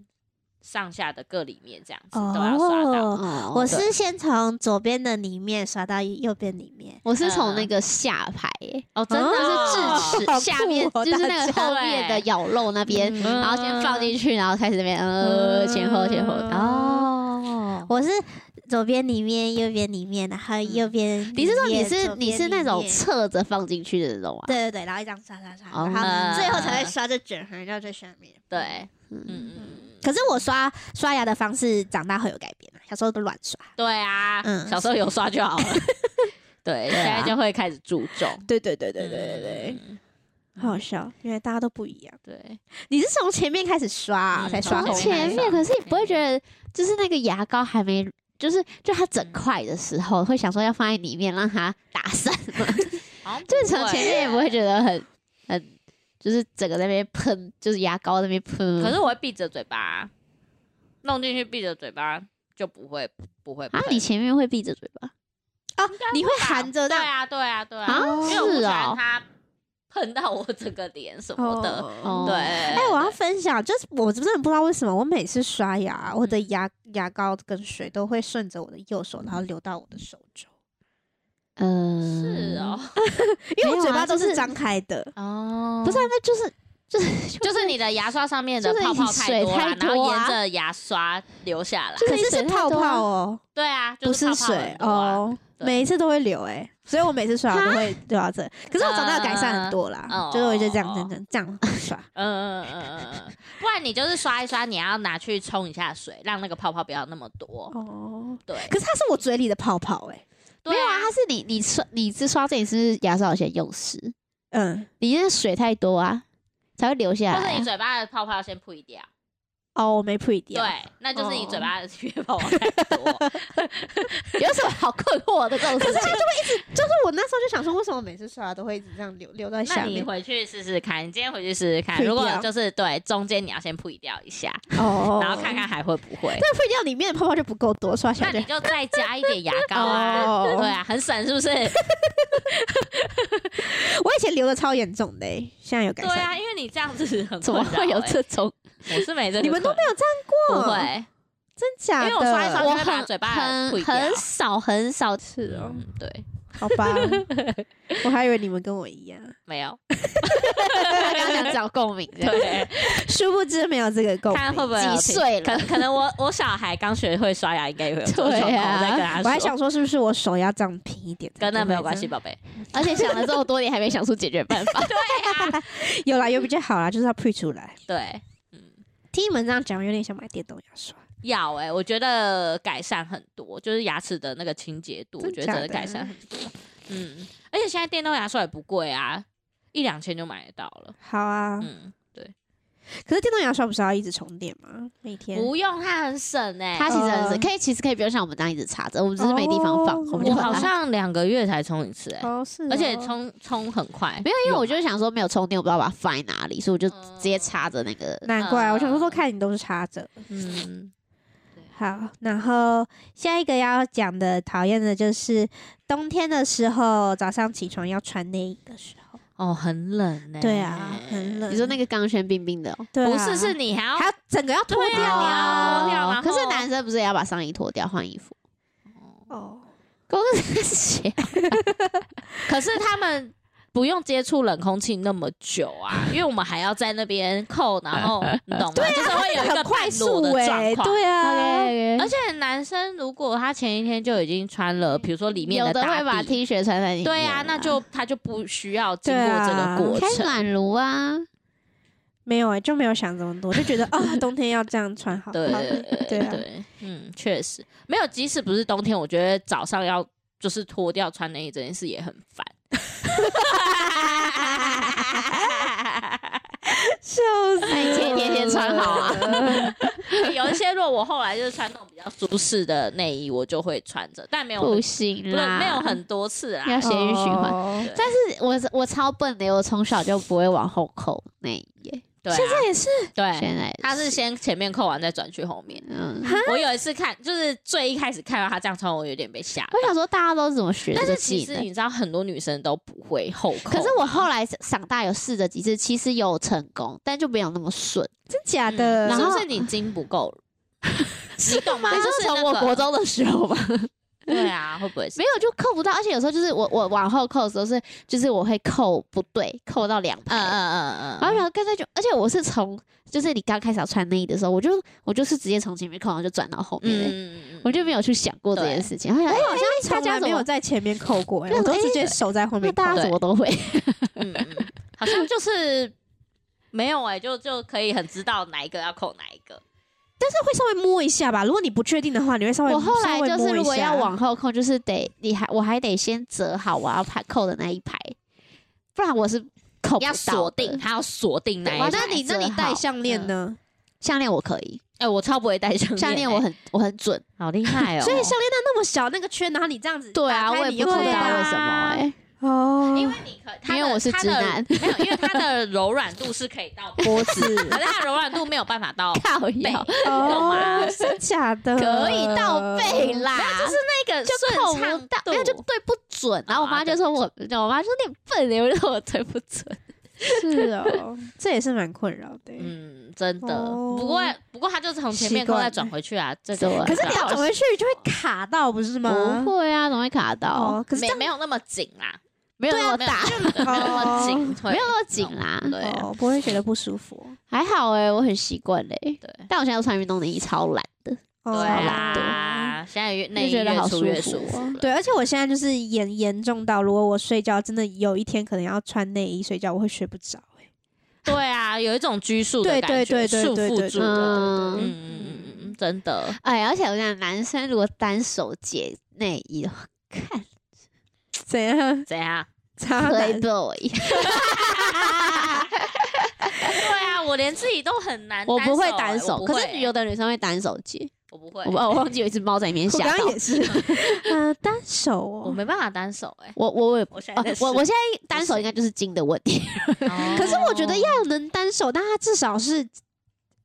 [SPEAKER 1] 上下的各里面这样子都要刷到。
[SPEAKER 2] 哦
[SPEAKER 3] 哦
[SPEAKER 2] 我是先从左边的里面刷到右边里面，
[SPEAKER 3] 我是从那个下排耶，
[SPEAKER 1] 哦，
[SPEAKER 2] 真的
[SPEAKER 3] 就
[SPEAKER 2] 哦
[SPEAKER 3] 是智
[SPEAKER 2] 好
[SPEAKER 3] 齿下
[SPEAKER 2] 酷
[SPEAKER 3] 面，
[SPEAKER 2] 哦
[SPEAKER 3] 就是那个
[SPEAKER 2] 大
[SPEAKER 1] 家
[SPEAKER 3] 后面的咬肉那边，
[SPEAKER 2] 嗯
[SPEAKER 3] 然后先放进去，然后开始那边呃前后前后。
[SPEAKER 2] 嗯
[SPEAKER 3] 哦，
[SPEAKER 2] 我是左边里面，右边里面，然后右边里面、
[SPEAKER 3] 嗯你是说你是
[SPEAKER 2] 左边
[SPEAKER 3] 你是那种
[SPEAKER 2] 里面
[SPEAKER 3] 侧着放进去的那种啊？
[SPEAKER 2] 对对对，然后一张刷刷刷，
[SPEAKER 3] 哦
[SPEAKER 2] 然后最后才会刷这卷回到最下面。
[SPEAKER 1] 对，嗯
[SPEAKER 3] 嗯，
[SPEAKER 1] 嗯嗯，
[SPEAKER 2] 可是我刷刷牙的方式长大后有改变了，小时候都乱刷。
[SPEAKER 1] 对啊，
[SPEAKER 2] 嗯
[SPEAKER 1] 小时候有刷 就好了。对，现在就会开始注重。嗯
[SPEAKER 2] 对对对
[SPEAKER 1] 啊对
[SPEAKER 2] 对对对对。嗯好好笑，因为大家都不一样。
[SPEAKER 3] 对，
[SPEAKER 2] 你是从前面开始刷、啊
[SPEAKER 1] 嗯
[SPEAKER 2] 才刷
[SPEAKER 1] 从
[SPEAKER 2] 红
[SPEAKER 1] 头
[SPEAKER 2] 的
[SPEAKER 3] 前
[SPEAKER 1] 刷
[SPEAKER 3] 面，可是你不会觉得就是那个牙膏还没，就是就它整块的时候，会想说要放在里面让它打 散嘛。
[SPEAKER 1] 好像
[SPEAKER 3] 就是
[SPEAKER 1] 不
[SPEAKER 3] 从
[SPEAKER 1] 会
[SPEAKER 3] 前面也不会觉得很很，就是整个在那边喷，就是牙膏在那边喷。
[SPEAKER 1] 可是我会闭着嘴巴啊，弄进去闭着嘴巴就不会不会喷
[SPEAKER 3] 啊，你前面会闭着嘴巴
[SPEAKER 2] 哦，你会含着
[SPEAKER 1] 对
[SPEAKER 2] 的
[SPEAKER 1] 啊对啊对啊，
[SPEAKER 3] 啊？
[SPEAKER 1] 因
[SPEAKER 3] 是
[SPEAKER 1] 为我不喜欢
[SPEAKER 3] 哦，
[SPEAKER 1] 它喷到我整个脸什么的。
[SPEAKER 2] 哦
[SPEAKER 3] 哦
[SPEAKER 1] 对，
[SPEAKER 2] 哎、我要分享，就是我真的不知道为什么，我每次刷牙，我的牙牙膏跟水都会顺着我的右手，然后流到我的手肘，
[SPEAKER 3] 嗯，
[SPEAKER 1] 是哦，，
[SPEAKER 2] 因
[SPEAKER 3] 没
[SPEAKER 2] 为我
[SPEAKER 3] 有
[SPEAKER 2] 嘴
[SPEAKER 3] 啊
[SPEAKER 2] 巴都
[SPEAKER 3] 就是是
[SPEAKER 2] 张开的。
[SPEAKER 1] 哦
[SPEAKER 3] 不是啊，那就是就是
[SPEAKER 1] 就是你的牙刷上面的
[SPEAKER 3] 就是
[SPEAKER 1] 泡
[SPEAKER 3] 你
[SPEAKER 1] 泡太
[SPEAKER 3] 水
[SPEAKER 1] 多
[SPEAKER 3] 太
[SPEAKER 1] 了，然后
[SPEAKER 3] 多
[SPEAKER 1] 沿
[SPEAKER 3] 啊
[SPEAKER 1] 着牙刷流下来。
[SPEAKER 2] 可
[SPEAKER 3] 可是
[SPEAKER 2] 是是
[SPEAKER 3] 水太
[SPEAKER 2] 泡
[SPEAKER 3] 多啊
[SPEAKER 2] 泡哦，
[SPEAKER 1] 对啊，就
[SPEAKER 2] 不
[SPEAKER 1] 是
[SPEAKER 2] 是
[SPEAKER 1] 泡泡
[SPEAKER 2] 水
[SPEAKER 1] 很多啊。
[SPEAKER 2] 哦，
[SPEAKER 1] 对
[SPEAKER 2] 每一次都会流哎、所以我每次刷牙都会流到这。可是我长大有改善很多啦，
[SPEAKER 1] 嗯
[SPEAKER 2] 就是我就这样
[SPEAKER 1] 哦
[SPEAKER 2] 这样这样这样刷。
[SPEAKER 1] 嗯嗯嗯嗯嗯嗯，不然你就是刷一刷，你要拿去冲一下水，让那个泡泡不要那么多。
[SPEAKER 2] 哦，
[SPEAKER 1] 对，
[SPEAKER 2] 可是它是我嘴里的泡泡哎、
[SPEAKER 1] 对
[SPEAKER 3] 没有
[SPEAKER 1] 啊
[SPEAKER 3] 啊，，它是你你刷你是刷这里是不是牙刷有些用湿？
[SPEAKER 2] 嗯，
[SPEAKER 3] 你那水太多啊，才会流下
[SPEAKER 1] 或
[SPEAKER 3] 来
[SPEAKER 1] 者
[SPEAKER 3] 啊、
[SPEAKER 1] 你嘴巴的泡泡先扑一掉。
[SPEAKER 2] 哦，我没配掉。
[SPEAKER 1] 对，那就是你嘴
[SPEAKER 2] 哦
[SPEAKER 1] 巴的血泡往太多。
[SPEAKER 3] 啊 有什么好困惑的这种事情？
[SPEAKER 2] 就是我那时候就想说，为什么每次刷牙都会一直这样流流在
[SPEAKER 1] 那
[SPEAKER 2] 下
[SPEAKER 1] 你
[SPEAKER 2] 面？
[SPEAKER 1] 回去试试看，你今天回去试试看。
[SPEAKER 2] 退
[SPEAKER 1] 如果
[SPEAKER 2] 掉
[SPEAKER 1] 就是对中间你要先 pre 掉一下，
[SPEAKER 2] 哦
[SPEAKER 1] 然后看看还会不会。
[SPEAKER 2] 那配掉里面的泡泡就不够多，刷起
[SPEAKER 1] 那
[SPEAKER 2] 来
[SPEAKER 1] 你
[SPEAKER 2] 就
[SPEAKER 1] 就再加一点牙膏啊，
[SPEAKER 2] 哦
[SPEAKER 1] 对啊，很省是不是？
[SPEAKER 2] 我以前流的超严重的欸、现在有改
[SPEAKER 1] 对
[SPEAKER 2] 善。
[SPEAKER 1] 啊，因为你这样子很
[SPEAKER 3] 怎
[SPEAKER 1] 困
[SPEAKER 3] 么
[SPEAKER 1] 扰
[SPEAKER 3] 会有
[SPEAKER 1] 欸？
[SPEAKER 3] 这种？
[SPEAKER 1] 我是没这个困扰，
[SPEAKER 2] 你们都没有这
[SPEAKER 1] 不
[SPEAKER 2] 样过，
[SPEAKER 1] 会，
[SPEAKER 2] 真假的？
[SPEAKER 1] 因为我刷一刷
[SPEAKER 3] 我
[SPEAKER 1] 就会把
[SPEAKER 3] 很
[SPEAKER 1] 嘴巴吐掉
[SPEAKER 3] 很很少很少
[SPEAKER 2] 是哦，
[SPEAKER 1] 嗯，对，
[SPEAKER 2] 好吧， 我还以为你们跟我一样，
[SPEAKER 1] 没有，
[SPEAKER 3] 他刚刚想找共鸣的，
[SPEAKER 1] 对，
[SPEAKER 2] 殊不知没有这个共鸣。
[SPEAKER 1] 看会不会有
[SPEAKER 3] 几
[SPEAKER 1] 听
[SPEAKER 3] 岁
[SPEAKER 1] 可
[SPEAKER 3] 了？
[SPEAKER 1] 可能我我小孩刚学会刷牙，应该也会有这种
[SPEAKER 3] 对
[SPEAKER 1] 状况，
[SPEAKER 3] 啊
[SPEAKER 1] 我在跟他说，
[SPEAKER 2] 我还想说，是不是我手要这样平一点？
[SPEAKER 1] 跟那没有关系，
[SPEAKER 2] 才不
[SPEAKER 1] 宝贝。
[SPEAKER 3] 而且想了这么多年还没想出解决办 法。
[SPEAKER 2] 会这样？有啦，有比较好啦，就是要 pre 出来。
[SPEAKER 1] 对，嗯
[SPEAKER 2] 听你们这样讲，有点想买电动牙刷。
[SPEAKER 1] 要哎、我觉得改善很多，就是牙齿的那个清洁度，我
[SPEAKER 2] 真
[SPEAKER 1] 觉得
[SPEAKER 2] 假
[SPEAKER 1] 真的
[SPEAKER 2] 的
[SPEAKER 1] 改善很多。嗯，而且现在电动牙刷也不贵啊，一两千就买得到了。
[SPEAKER 2] 好啊，
[SPEAKER 1] 嗯，
[SPEAKER 2] 可是电动牙刷不是要一直充电吗？每天
[SPEAKER 1] 不用，它很省哎、
[SPEAKER 3] 它其实很
[SPEAKER 2] 呃
[SPEAKER 3] 省，可以其实可以不用像我们那样一直插着，我们只是没地方放
[SPEAKER 2] 哦，
[SPEAKER 3] 我们就
[SPEAKER 1] 我
[SPEAKER 3] 把
[SPEAKER 1] 好
[SPEAKER 3] 它。
[SPEAKER 1] 像两个月才充一次哎、
[SPEAKER 2] 哦是哦，
[SPEAKER 1] 而且充充很快，
[SPEAKER 3] 没有，因为我就想说没有充电，我不知道把它放在哪里，所以我就
[SPEAKER 1] 嗯
[SPEAKER 3] 直接插着那个。
[SPEAKER 2] 难怪啊我想说，都看你都是插着。
[SPEAKER 1] 嗯，
[SPEAKER 2] 好，然后下一个要讲的讨厌的就是冬天的时候，早上起床要穿内衣的时候。
[SPEAKER 1] 哦，很冷哎、
[SPEAKER 2] 对啊，很冷。
[SPEAKER 3] 你说那个刚轩冰冰的哦，
[SPEAKER 2] 对啊
[SPEAKER 1] 不是是你还要
[SPEAKER 2] 还要整个要脱
[SPEAKER 1] 对
[SPEAKER 2] 掉
[SPEAKER 1] 啊
[SPEAKER 2] 啊
[SPEAKER 1] 你要脱掉然后
[SPEAKER 3] 可是男生不是也要把上衣脱掉换衣服？
[SPEAKER 2] 哦，
[SPEAKER 3] 公司是鞋
[SPEAKER 1] 可是他们不用接触冷空气那么久 啊，因为我们还要在那边扣，然后你懂吗？就是会有一个
[SPEAKER 2] 啊很快
[SPEAKER 1] 半裸
[SPEAKER 2] 速
[SPEAKER 1] 的
[SPEAKER 2] 哎、
[SPEAKER 1] 状况。
[SPEAKER 2] 对啊，
[SPEAKER 3] OK，
[SPEAKER 1] 而且男生如果他前一天就已经穿了，比如说里面
[SPEAKER 3] 有的
[SPEAKER 1] 打
[SPEAKER 3] 会把
[SPEAKER 1] 底，
[SPEAKER 3] T 恤穿在里面。
[SPEAKER 1] 对啊，那就他就不需要经过
[SPEAKER 2] 对啊
[SPEAKER 1] 这个过
[SPEAKER 3] 开
[SPEAKER 1] 程。
[SPEAKER 3] 暖炉啊，
[SPEAKER 2] 没有哎、就没有想这么多，就觉得啊，冬天要这样穿好。
[SPEAKER 1] 对
[SPEAKER 2] 好 对啊，
[SPEAKER 1] 对，嗯，确实没有。即使不是冬天，我觉得早上要就是脱掉穿内衣这件事也很 烦。
[SPEAKER 2] 笑死！
[SPEAKER 3] 那你前一天先穿好啊。
[SPEAKER 1] 有一些，如果我后来就是穿那种比较舒适的内衣，我就会穿着，但没有
[SPEAKER 3] 不
[SPEAKER 1] 很
[SPEAKER 3] 行
[SPEAKER 1] 不是
[SPEAKER 3] 啦，
[SPEAKER 1] 没有很多次啊啦。
[SPEAKER 3] 要血液循环。
[SPEAKER 2] 哦
[SPEAKER 1] 但是
[SPEAKER 3] 我是我超笨的，我从小就不会往后扣内衣耶。
[SPEAKER 1] 对啊、
[SPEAKER 2] 现在也是
[SPEAKER 1] 对，
[SPEAKER 3] 现在
[SPEAKER 1] 他是先前面扣完再转去后面。
[SPEAKER 3] 嗯，
[SPEAKER 1] 我有一次看，就是最一开始看到他这样穿，我有点被吓到
[SPEAKER 3] 我。想说大家都是怎么学
[SPEAKER 1] 但
[SPEAKER 3] 这
[SPEAKER 1] 是
[SPEAKER 3] 个
[SPEAKER 1] 其
[SPEAKER 3] 技
[SPEAKER 1] 实
[SPEAKER 3] 能？
[SPEAKER 1] 你知道，很多女生都不会后扣。
[SPEAKER 3] 可是我后来长大有试着几次，其实有成功，但就没有那么顺。
[SPEAKER 2] 真假
[SPEAKER 1] 嗯
[SPEAKER 2] 的，
[SPEAKER 1] 是
[SPEAKER 3] 然
[SPEAKER 1] 不
[SPEAKER 3] 后
[SPEAKER 1] 是你筋不 够？你懂吗？
[SPEAKER 3] 你说
[SPEAKER 1] 就是那
[SPEAKER 3] 从我
[SPEAKER 1] 个
[SPEAKER 3] 国中的时候吧，
[SPEAKER 1] 对啊，会不会是？
[SPEAKER 3] 没有就扣不到，而且有时候就是我我往后扣的时候是，就是我会扣不对，扣到两
[SPEAKER 1] 嗯
[SPEAKER 3] 排。
[SPEAKER 1] 嗯嗯
[SPEAKER 3] 然后然后干脆就，而且我是从就是你刚开始要穿内衣的时候，我就我就是直接从前面扣，然后就转到后面的、
[SPEAKER 1] 嗯嗯
[SPEAKER 3] 我就没有去想过这
[SPEAKER 1] 对
[SPEAKER 3] 件事情。哎然后想
[SPEAKER 2] 我好像
[SPEAKER 3] 大
[SPEAKER 2] 从
[SPEAKER 3] 家
[SPEAKER 2] 来
[SPEAKER 3] 怎
[SPEAKER 2] 没有
[SPEAKER 3] 么，
[SPEAKER 2] 在前面扣过、欸，
[SPEAKER 3] 对
[SPEAKER 2] 我都
[SPEAKER 3] 哎
[SPEAKER 2] 直接手在后
[SPEAKER 3] 那
[SPEAKER 2] 面扣。
[SPEAKER 3] 大家
[SPEAKER 1] 对
[SPEAKER 3] 怎么都会。
[SPEAKER 1] 嗯，嗯，好像就是没有哎、就就可以很知道哪一个要扣哪一个。
[SPEAKER 2] 会稍微摸一下吧。如果你不确定的话，你会稍微
[SPEAKER 3] 我后来
[SPEAKER 2] 稍
[SPEAKER 3] 就
[SPEAKER 2] 微
[SPEAKER 3] 是
[SPEAKER 2] 摸一下
[SPEAKER 3] 如果要往后扣，就是哦得你还我还得先折好我要排扣的那一排，不然我是扣欸
[SPEAKER 2] 扣不
[SPEAKER 1] 要
[SPEAKER 2] 到
[SPEAKER 1] 锁
[SPEAKER 2] 的
[SPEAKER 1] 定，。他要锁定那一
[SPEAKER 3] 哇
[SPEAKER 1] 种。
[SPEAKER 2] 那你那你
[SPEAKER 3] 色
[SPEAKER 2] 戴
[SPEAKER 3] 号
[SPEAKER 2] 项链呢？
[SPEAKER 3] 项链我可以，
[SPEAKER 1] 哎、我超不会戴项链、
[SPEAKER 3] 项链我很我很准。
[SPEAKER 1] 好厉害哦。
[SPEAKER 2] 所以项链带那么小，那个圈，然后你这样子
[SPEAKER 3] 对
[SPEAKER 2] 打
[SPEAKER 3] 啊，
[SPEAKER 2] 开，
[SPEAKER 3] 我也
[SPEAKER 2] 你
[SPEAKER 3] 不
[SPEAKER 2] 又
[SPEAKER 3] 知道
[SPEAKER 2] 扣
[SPEAKER 3] 为
[SPEAKER 2] 不
[SPEAKER 1] 对
[SPEAKER 2] 到
[SPEAKER 1] 啊
[SPEAKER 3] 什么哎、
[SPEAKER 2] 哦，
[SPEAKER 1] 因为你可，它的
[SPEAKER 3] 因为我是直男
[SPEAKER 1] 它的没有，因为它的柔软度是可以到脖
[SPEAKER 2] 脖子
[SPEAKER 1] 可是它的柔软度没有办法到
[SPEAKER 3] 靠
[SPEAKER 1] 背，
[SPEAKER 3] 腰
[SPEAKER 1] 懂
[SPEAKER 2] 哦
[SPEAKER 1] 吗，
[SPEAKER 2] 真假的？
[SPEAKER 3] 可以到背啦，就是
[SPEAKER 1] 那个
[SPEAKER 3] 呃就扣
[SPEAKER 1] 顺畅
[SPEAKER 3] 不到，没有就
[SPEAKER 1] 度
[SPEAKER 3] 对不准。然后我妈就说我，我妈说你笨，你为什么对不 准？
[SPEAKER 2] 是哦，这也是蛮困扰的。
[SPEAKER 1] 嗯，真的。
[SPEAKER 2] 哦
[SPEAKER 1] 不过不过他就是从前面
[SPEAKER 2] 习
[SPEAKER 1] 扣
[SPEAKER 2] 惯
[SPEAKER 1] 再转回去啊，这
[SPEAKER 3] 对
[SPEAKER 1] 个
[SPEAKER 2] 可是你要
[SPEAKER 1] 倒
[SPEAKER 2] 转回去就会卡到，不是吗？
[SPEAKER 3] 不会啊，怎么会卡到？
[SPEAKER 2] 哦，可是
[SPEAKER 1] 没
[SPEAKER 2] 这样
[SPEAKER 1] 没有那么紧啦，
[SPEAKER 3] 没有
[SPEAKER 1] 对
[SPEAKER 3] 那
[SPEAKER 1] 啊，
[SPEAKER 3] 么
[SPEAKER 1] 没有
[SPEAKER 3] 大，哦
[SPEAKER 1] 就没有那么紧，对
[SPEAKER 3] 没有那么紧啦，
[SPEAKER 1] 对啊
[SPEAKER 2] 哦，不会觉得不舒服。
[SPEAKER 3] 还好哎、我很习惯嘞。
[SPEAKER 1] 对
[SPEAKER 3] 但我现在都穿运动内衣，超懒的。
[SPEAKER 2] 对
[SPEAKER 1] 对
[SPEAKER 3] 啦
[SPEAKER 1] 啊，哦现在越内衣
[SPEAKER 3] 就觉得
[SPEAKER 1] 越
[SPEAKER 3] 好
[SPEAKER 1] 出越
[SPEAKER 3] 舒
[SPEAKER 1] 舒
[SPEAKER 3] 服
[SPEAKER 1] 服
[SPEAKER 3] 啊
[SPEAKER 1] 了。
[SPEAKER 2] 对，而且我现在就是严严重到，如果我睡觉真的有一天可能要穿内衣睡觉，我会睡不着、欸。
[SPEAKER 1] 对啊，有一种拘束的
[SPEAKER 2] 对
[SPEAKER 1] 感
[SPEAKER 2] 对
[SPEAKER 1] 觉，
[SPEAKER 2] 对对
[SPEAKER 1] 束
[SPEAKER 2] 对
[SPEAKER 1] 缚
[SPEAKER 2] 对
[SPEAKER 1] 住
[SPEAKER 2] 对
[SPEAKER 1] 的。
[SPEAKER 3] 嗯
[SPEAKER 1] 嗯嗯嗯嗯嗯，真的。
[SPEAKER 3] 哎，而且我想，男生如果单手解内衣的话，看
[SPEAKER 2] 怎样？
[SPEAKER 1] 怎样？
[SPEAKER 3] 啊
[SPEAKER 2] 差
[SPEAKER 3] playboy，
[SPEAKER 1] 对啊，我连自己都很难单
[SPEAKER 3] 我
[SPEAKER 1] 手欸，
[SPEAKER 3] 不会单手，
[SPEAKER 1] 我不
[SPEAKER 3] 可
[SPEAKER 1] 会
[SPEAKER 3] 是有的女生会单手解。
[SPEAKER 1] 我不会
[SPEAKER 3] 我，我忘记 有一只猫在里面
[SPEAKER 2] 我
[SPEAKER 3] 吓
[SPEAKER 2] 刚
[SPEAKER 3] 到
[SPEAKER 2] 刚。也是，呃，单手
[SPEAKER 1] 我
[SPEAKER 2] 哦。
[SPEAKER 1] 没办法单手哎。
[SPEAKER 3] 我我我也
[SPEAKER 1] 我现
[SPEAKER 3] 啊
[SPEAKER 1] 在在
[SPEAKER 3] 我我
[SPEAKER 1] 试
[SPEAKER 3] 现在单手应该就是筋的问题，
[SPEAKER 1] 哦
[SPEAKER 2] 可是我觉
[SPEAKER 3] 哦
[SPEAKER 2] 得要能单手，但他至少是，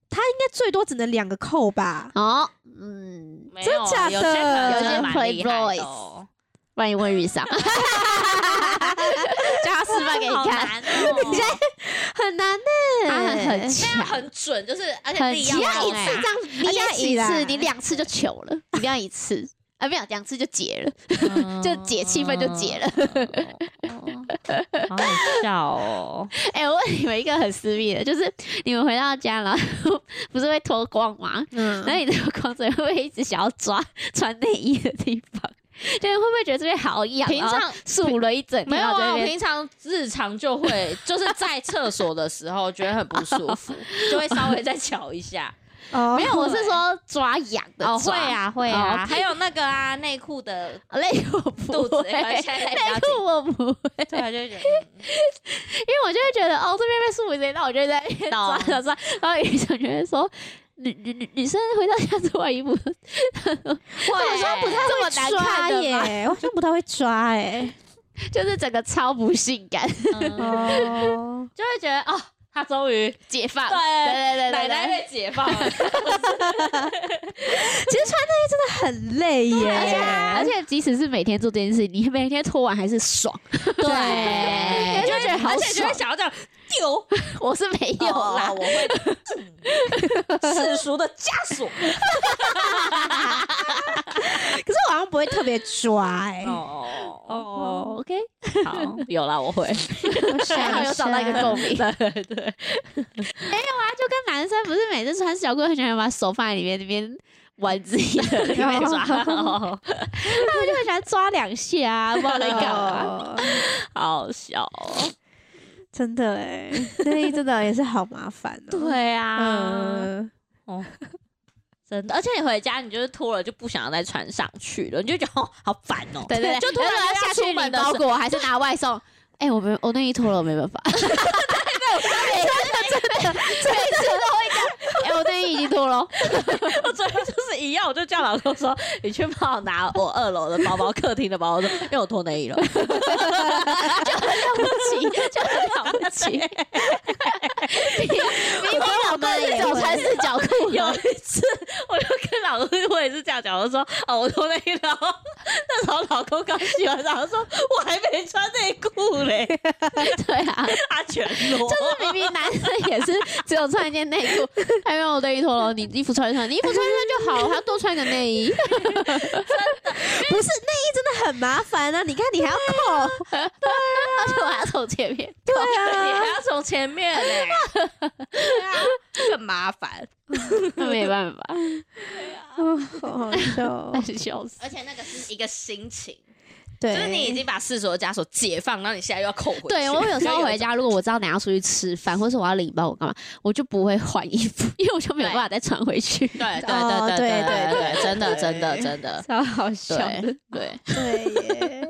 [SPEAKER 2] 他应该最多只能两个扣吧？
[SPEAKER 3] 哦，嗯，
[SPEAKER 1] 没有
[SPEAKER 2] 真假
[SPEAKER 1] 有
[SPEAKER 2] 的
[SPEAKER 1] 些可能
[SPEAKER 2] 有
[SPEAKER 1] 真
[SPEAKER 3] 些
[SPEAKER 1] 的蛮厉害
[SPEAKER 3] Playboys
[SPEAKER 1] 的哦
[SPEAKER 3] 万一问遇 上，叫他示范给你
[SPEAKER 1] 好难
[SPEAKER 3] 看，
[SPEAKER 1] 哦
[SPEAKER 2] 很难呢、
[SPEAKER 3] 他很很
[SPEAKER 1] 这样
[SPEAKER 3] 强，
[SPEAKER 1] 很准，就是而且
[SPEAKER 3] 很
[SPEAKER 1] 力
[SPEAKER 3] 强，
[SPEAKER 1] 要
[SPEAKER 3] 要一
[SPEAKER 1] 够
[SPEAKER 3] 次
[SPEAKER 1] 哎
[SPEAKER 3] 这样
[SPEAKER 2] 而且
[SPEAKER 3] 捏
[SPEAKER 2] 要起
[SPEAKER 3] 一次，
[SPEAKER 2] 来
[SPEAKER 3] 你两次就糗了，一定要一次。啊，没有两次就解了，
[SPEAKER 1] 嗯
[SPEAKER 3] 就解气氛就解了。
[SPEAKER 1] 哦好好笑哦！
[SPEAKER 3] 哎、我问你们一个很私密的，就是你们回到家然后 不是会脱光吗？
[SPEAKER 2] 嗯
[SPEAKER 3] 然后你的光子会不会一直想要抓穿内衣的地方？ 就是会不会觉得这边好痒？
[SPEAKER 1] 平
[SPEAKER 3] 然后
[SPEAKER 1] 常
[SPEAKER 3] 数了一整天，
[SPEAKER 1] 没有
[SPEAKER 3] 然后
[SPEAKER 1] 啊，
[SPEAKER 3] 在
[SPEAKER 1] 我
[SPEAKER 3] 那边
[SPEAKER 1] 平常日常就 会，就是在厕所的时候觉得很不舒服，就会稍微再瞧一下。
[SPEAKER 2] 哦，
[SPEAKER 3] 哎没有，我 是说抓痒的抓。
[SPEAKER 1] 哦，会，啊，会
[SPEAKER 3] 哦
[SPEAKER 1] 啊，还有那个啊，内裤的
[SPEAKER 3] 内裤不
[SPEAKER 1] 肚子，
[SPEAKER 3] 会，
[SPEAKER 1] 现在在比较
[SPEAKER 3] 内
[SPEAKER 1] 紧
[SPEAKER 3] 裤我不会，
[SPEAKER 1] 对啊，就会觉得
[SPEAKER 3] 因为我就会觉得哦，这边被舒服一点，那我就在那边抓
[SPEAKER 1] 懂
[SPEAKER 3] 抓抓，然后雨生就会说。女女女女生回到家 做完衣服，
[SPEAKER 1] 会
[SPEAKER 3] 我说不太这么难
[SPEAKER 2] 抓
[SPEAKER 3] 看的吧，
[SPEAKER 2] 耶，我好像不太会抓 哎、
[SPEAKER 3] 就是整个超不 性感，
[SPEAKER 1] 嗯
[SPEAKER 2] 哦，
[SPEAKER 1] 就会觉得哦，他终于
[SPEAKER 3] 解放，对
[SPEAKER 1] 对
[SPEAKER 3] 啊对对对
[SPEAKER 1] 奶奶
[SPEAKER 3] 对，
[SPEAKER 1] 被解放了，
[SPEAKER 2] 很累耶，
[SPEAKER 3] 而且而且即使是每天做这件事，你每天脱完还是爽，
[SPEAKER 2] 对
[SPEAKER 3] 就觉得好
[SPEAKER 1] 而且就
[SPEAKER 3] 爽
[SPEAKER 1] 会。想要这样丢，
[SPEAKER 3] 我是没有啦
[SPEAKER 1] 哦，我会嗯世俗的枷 锁。
[SPEAKER 2] 可是我好像不会特别抓哎、
[SPEAKER 1] 哦
[SPEAKER 3] 哦
[SPEAKER 1] 哦
[SPEAKER 3] ，OK，
[SPEAKER 1] 哦，好，有啦，我会。
[SPEAKER 2] 我想
[SPEAKER 3] 还好 有找到一个
[SPEAKER 2] 下
[SPEAKER 3] 共 鸣。
[SPEAKER 1] 对 对，
[SPEAKER 3] 就跟男生不是每次穿小裤很喜欢把手放在里面，里面玩自己的，里面抓，
[SPEAKER 1] 哦
[SPEAKER 3] 他们就很喜欢抓两下啊，不知道在干嘛。
[SPEAKER 2] 哦
[SPEAKER 1] 好笑哦。
[SPEAKER 2] 真的 哎、内衣真的也是好麻烦
[SPEAKER 3] 欸
[SPEAKER 2] 哦、
[SPEAKER 3] 对啊，
[SPEAKER 2] 嗯，
[SPEAKER 1] 真的，而且你回家，你就是脱了就不想要再穿上去了，你就觉得哦好烦哦。
[SPEAKER 3] 对对对，
[SPEAKER 1] 就突然
[SPEAKER 3] 如果要下
[SPEAKER 1] 要
[SPEAKER 3] 去
[SPEAKER 1] 出门
[SPEAKER 3] 领
[SPEAKER 1] 的
[SPEAKER 3] 包
[SPEAKER 1] 时候，
[SPEAKER 3] 裹还是拿外送。哎，我没我内衣脱了，我没办法。 真的真的真的，每次都会讲，哎，我内衣已经脱了哦，
[SPEAKER 1] 我昨天就是 一样，我就叫老公说，你去帮我拿我二楼的包包，客厅的包包，因为我脱内衣了。
[SPEAKER 3] 了不起，就很了不起。明明我们是走穿四角裤
[SPEAKER 1] 有
[SPEAKER 3] 了，
[SPEAKER 1] 一次，我就跟老公，我也是这样讲，我说哦，我脱内衣了。 那时候老公刚洗完澡，他说我还没穿内裤嘞，
[SPEAKER 3] 对啊。
[SPEAKER 1] 他全裸。
[SPEAKER 3] 就是明明男生也是只有穿一件内裤，还有我的衣脱了，你衣服穿一穿，你衣服穿一穿就好了，还要多穿个内衣。
[SPEAKER 2] 不是内衣真的很麻烦啊！你看你还要扣，
[SPEAKER 3] 而且我还要从前面，
[SPEAKER 2] 对
[SPEAKER 1] 你
[SPEAKER 2] 啊
[SPEAKER 1] 还，要从前面嘞、 对啊，很麻烦。
[SPEAKER 3] 那没办法，
[SPEAKER 2] 哦好好笑
[SPEAKER 3] 但
[SPEAKER 2] 哦，
[SPEAKER 3] 是笑死。
[SPEAKER 1] 而且那个是一个心情，
[SPEAKER 2] 对，
[SPEAKER 1] 就是你已经把世俗的枷锁解放，然后你现在又要扣回去。
[SPEAKER 3] 对我有时候回家，如果我知道等一下出去吃饭，或是我要领包，我干嘛，我就不会换衣服，因为我就没有办法再穿回去。
[SPEAKER 1] 对对
[SPEAKER 2] 哦
[SPEAKER 1] 对对
[SPEAKER 2] 对
[SPEAKER 1] 对
[SPEAKER 2] 对
[SPEAKER 1] 对对，真的
[SPEAKER 2] 对
[SPEAKER 1] 真的真的，
[SPEAKER 3] 超好笑
[SPEAKER 1] 对对
[SPEAKER 2] 对耶，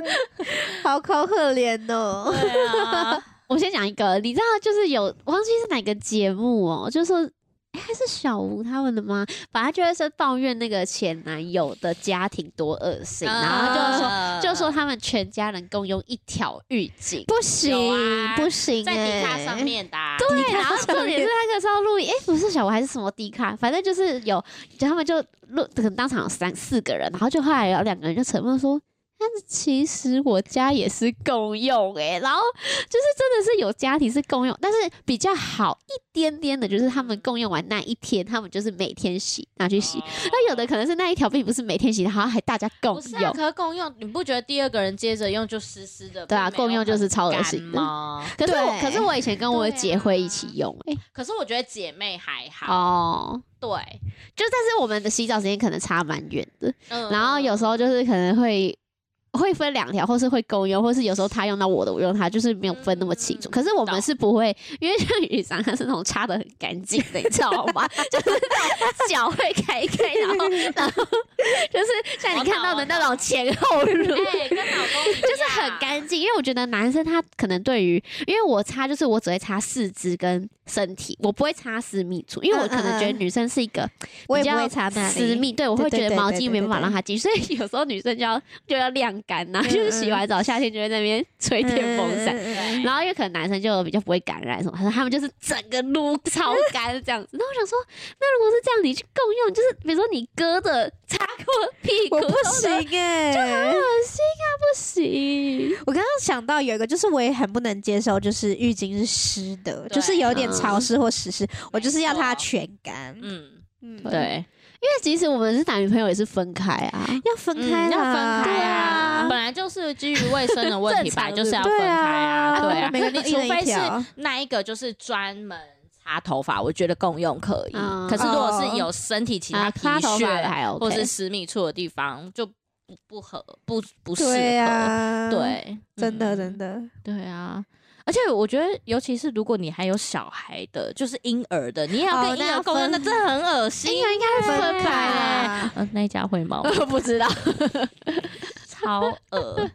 [SPEAKER 2] 好好可怜哦。
[SPEAKER 1] 对啊，
[SPEAKER 3] 我先讲一个，你知道，就是有我忘记是哪个节目哦，就是说。哎还是小吴他们的吗？反正就是抱怨那个前男友的家庭多恶心，
[SPEAKER 2] 啊
[SPEAKER 3] 然后就说
[SPEAKER 1] 说
[SPEAKER 3] 就说他们全家人共用一条浴巾，
[SPEAKER 2] 不行
[SPEAKER 1] 有啊
[SPEAKER 2] 不行、欸，
[SPEAKER 1] 在迪卡上面的啊、
[SPEAKER 3] 对，然后
[SPEAKER 2] 上
[SPEAKER 3] 重点是
[SPEAKER 2] 面
[SPEAKER 3] 那个时候录影，哎、不是小吴还是什么迪卡，反正就是有，就他们就录，可能当场有三四个人，然后就后来有两个人就沉默说。但是其实我家也是共用诶、然后就是真的是有家庭是共用，但是比较好一点点的，就是他们共用完那一天，他们就是每天洗拿去洗。那有的可能是那一条并不是每天洗，然后还大家共
[SPEAKER 1] 哦不是啊，
[SPEAKER 3] 用，
[SPEAKER 1] 可是共用，你不觉得第二个人接着用就湿湿的？
[SPEAKER 3] 对啊，
[SPEAKER 1] 并没有
[SPEAKER 3] 共用就是超恶心
[SPEAKER 1] 很干
[SPEAKER 3] 的。
[SPEAKER 1] 吗？
[SPEAKER 3] 可是我
[SPEAKER 2] 对
[SPEAKER 3] 可是我以前跟我
[SPEAKER 1] 对啊
[SPEAKER 3] 姐会一起用诶、
[SPEAKER 1] 可是我觉得姐妹还好，
[SPEAKER 3] 哦。
[SPEAKER 1] 对，
[SPEAKER 3] 就但是我们的洗澡时间可能差蛮远的，
[SPEAKER 1] 嗯
[SPEAKER 3] 然后有时候就是可能会会分两条，或是会共用，或是有时候他用到我的，我用他，就是没有分那么清楚。
[SPEAKER 1] 嗯
[SPEAKER 3] 可是我们
[SPEAKER 1] 懂
[SPEAKER 3] 是不会，因为像雨伞他是那种擦的很干净的，你知道吗？就是脚会开开，然后然后就是像
[SPEAKER 1] 我
[SPEAKER 3] 你看到
[SPEAKER 1] 懂我
[SPEAKER 3] 的那种
[SPEAKER 1] 懂
[SPEAKER 3] 前后乳。
[SPEAKER 1] 哎、跟老公一样
[SPEAKER 3] 就是很干净，因为我觉得男生他可能对于，因为我擦就是我只会擦四肢跟身体，我不会擦私密处，因为我可能觉得
[SPEAKER 2] 嗯嗯嗯
[SPEAKER 3] 女生是一个
[SPEAKER 2] 我也
[SPEAKER 3] 比
[SPEAKER 2] 不
[SPEAKER 3] 较
[SPEAKER 2] 会擦那里
[SPEAKER 3] 私密，对我
[SPEAKER 2] 对
[SPEAKER 3] 会
[SPEAKER 2] 对
[SPEAKER 3] 觉得
[SPEAKER 2] 对
[SPEAKER 3] 毛
[SPEAKER 2] 对
[SPEAKER 3] 巾没
[SPEAKER 2] 对
[SPEAKER 3] 办法
[SPEAKER 2] 对
[SPEAKER 3] 让它进去，所以有时候女生就要就要晾干呐、 就是洗完澡夏天就会在那 边吹电风扇。
[SPEAKER 2] 嗯嗯嗯
[SPEAKER 1] 对
[SPEAKER 3] 然后因为可能男生就比较不会感染什么，可是他们就是整个撸超干这样子。那我想说，那如果是这样，你去共用，就是比如说你哥的擦过屁股，
[SPEAKER 2] 我不行哎、
[SPEAKER 3] 不行。
[SPEAKER 2] 我刚刚想到有一个，就是我也很不能接受，就是浴巾是湿的，
[SPEAKER 1] 对
[SPEAKER 2] 就是有
[SPEAKER 3] 嗯
[SPEAKER 2] 点潮湿或湿湿，我就是要它全干。
[SPEAKER 1] 嗯，
[SPEAKER 2] 嗯，
[SPEAKER 3] 对，因为即使我们是男女朋友，也是分开啊。
[SPEAKER 2] 要分开啦，
[SPEAKER 1] 嗯要分
[SPEAKER 2] 对
[SPEAKER 1] 开
[SPEAKER 2] 啊
[SPEAKER 1] 本来就是基于卫生的问题
[SPEAKER 3] 正常
[SPEAKER 1] 吧，就是要分
[SPEAKER 2] 对
[SPEAKER 1] 开
[SPEAKER 2] 啊，
[SPEAKER 1] 啊，对
[SPEAKER 2] 每个
[SPEAKER 1] 你
[SPEAKER 2] 人都一
[SPEAKER 1] 除
[SPEAKER 2] 人一
[SPEAKER 1] 非是
[SPEAKER 2] 条。
[SPEAKER 1] 那一个就是专门擦头发，我觉得共用可以。
[SPEAKER 2] 啊
[SPEAKER 3] 嗯
[SPEAKER 1] 可是如果是有身体其他
[SPEAKER 3] 啊
[SPEAKER 1] 皮
[SPEAKER 3] 擦头
[SPEAKER 1] 屑、
[SPEAKER 3] 发的还 OK
[SPEAKER 1] 或是 私密处的地方，就不不合不不适合。
[SPEAKER 2] 对啊，，
[SPEAKER 1] 对，
[SPEAKER 2] 真的
[SPEAKER 1] 嗯
[SPEAKER 2] 真的，
[SPEAKER 1] 对啊。而且我觉得，尤其是如果你还有小孩的，就是婴儿的，你也要
[SPEAKER 2] 哦
[SPEAKER 1] 跟
[SPEAKER 2] 那
[SPEAKER 1] 婴
[SPEAKER 2] 要
[SPEAKER 1] 儿共用，
[SPEAKER 2] 分
[SPEAKER 1] 那真的很恶心。
[SPEAKER 3] 儿应该
[SPEAKER 2] 分开啦。
[SPEAKER 1] 呃，那一家会吗？
[SPEAKER 3] 不知道。
[SPEAKER 1] 超恶。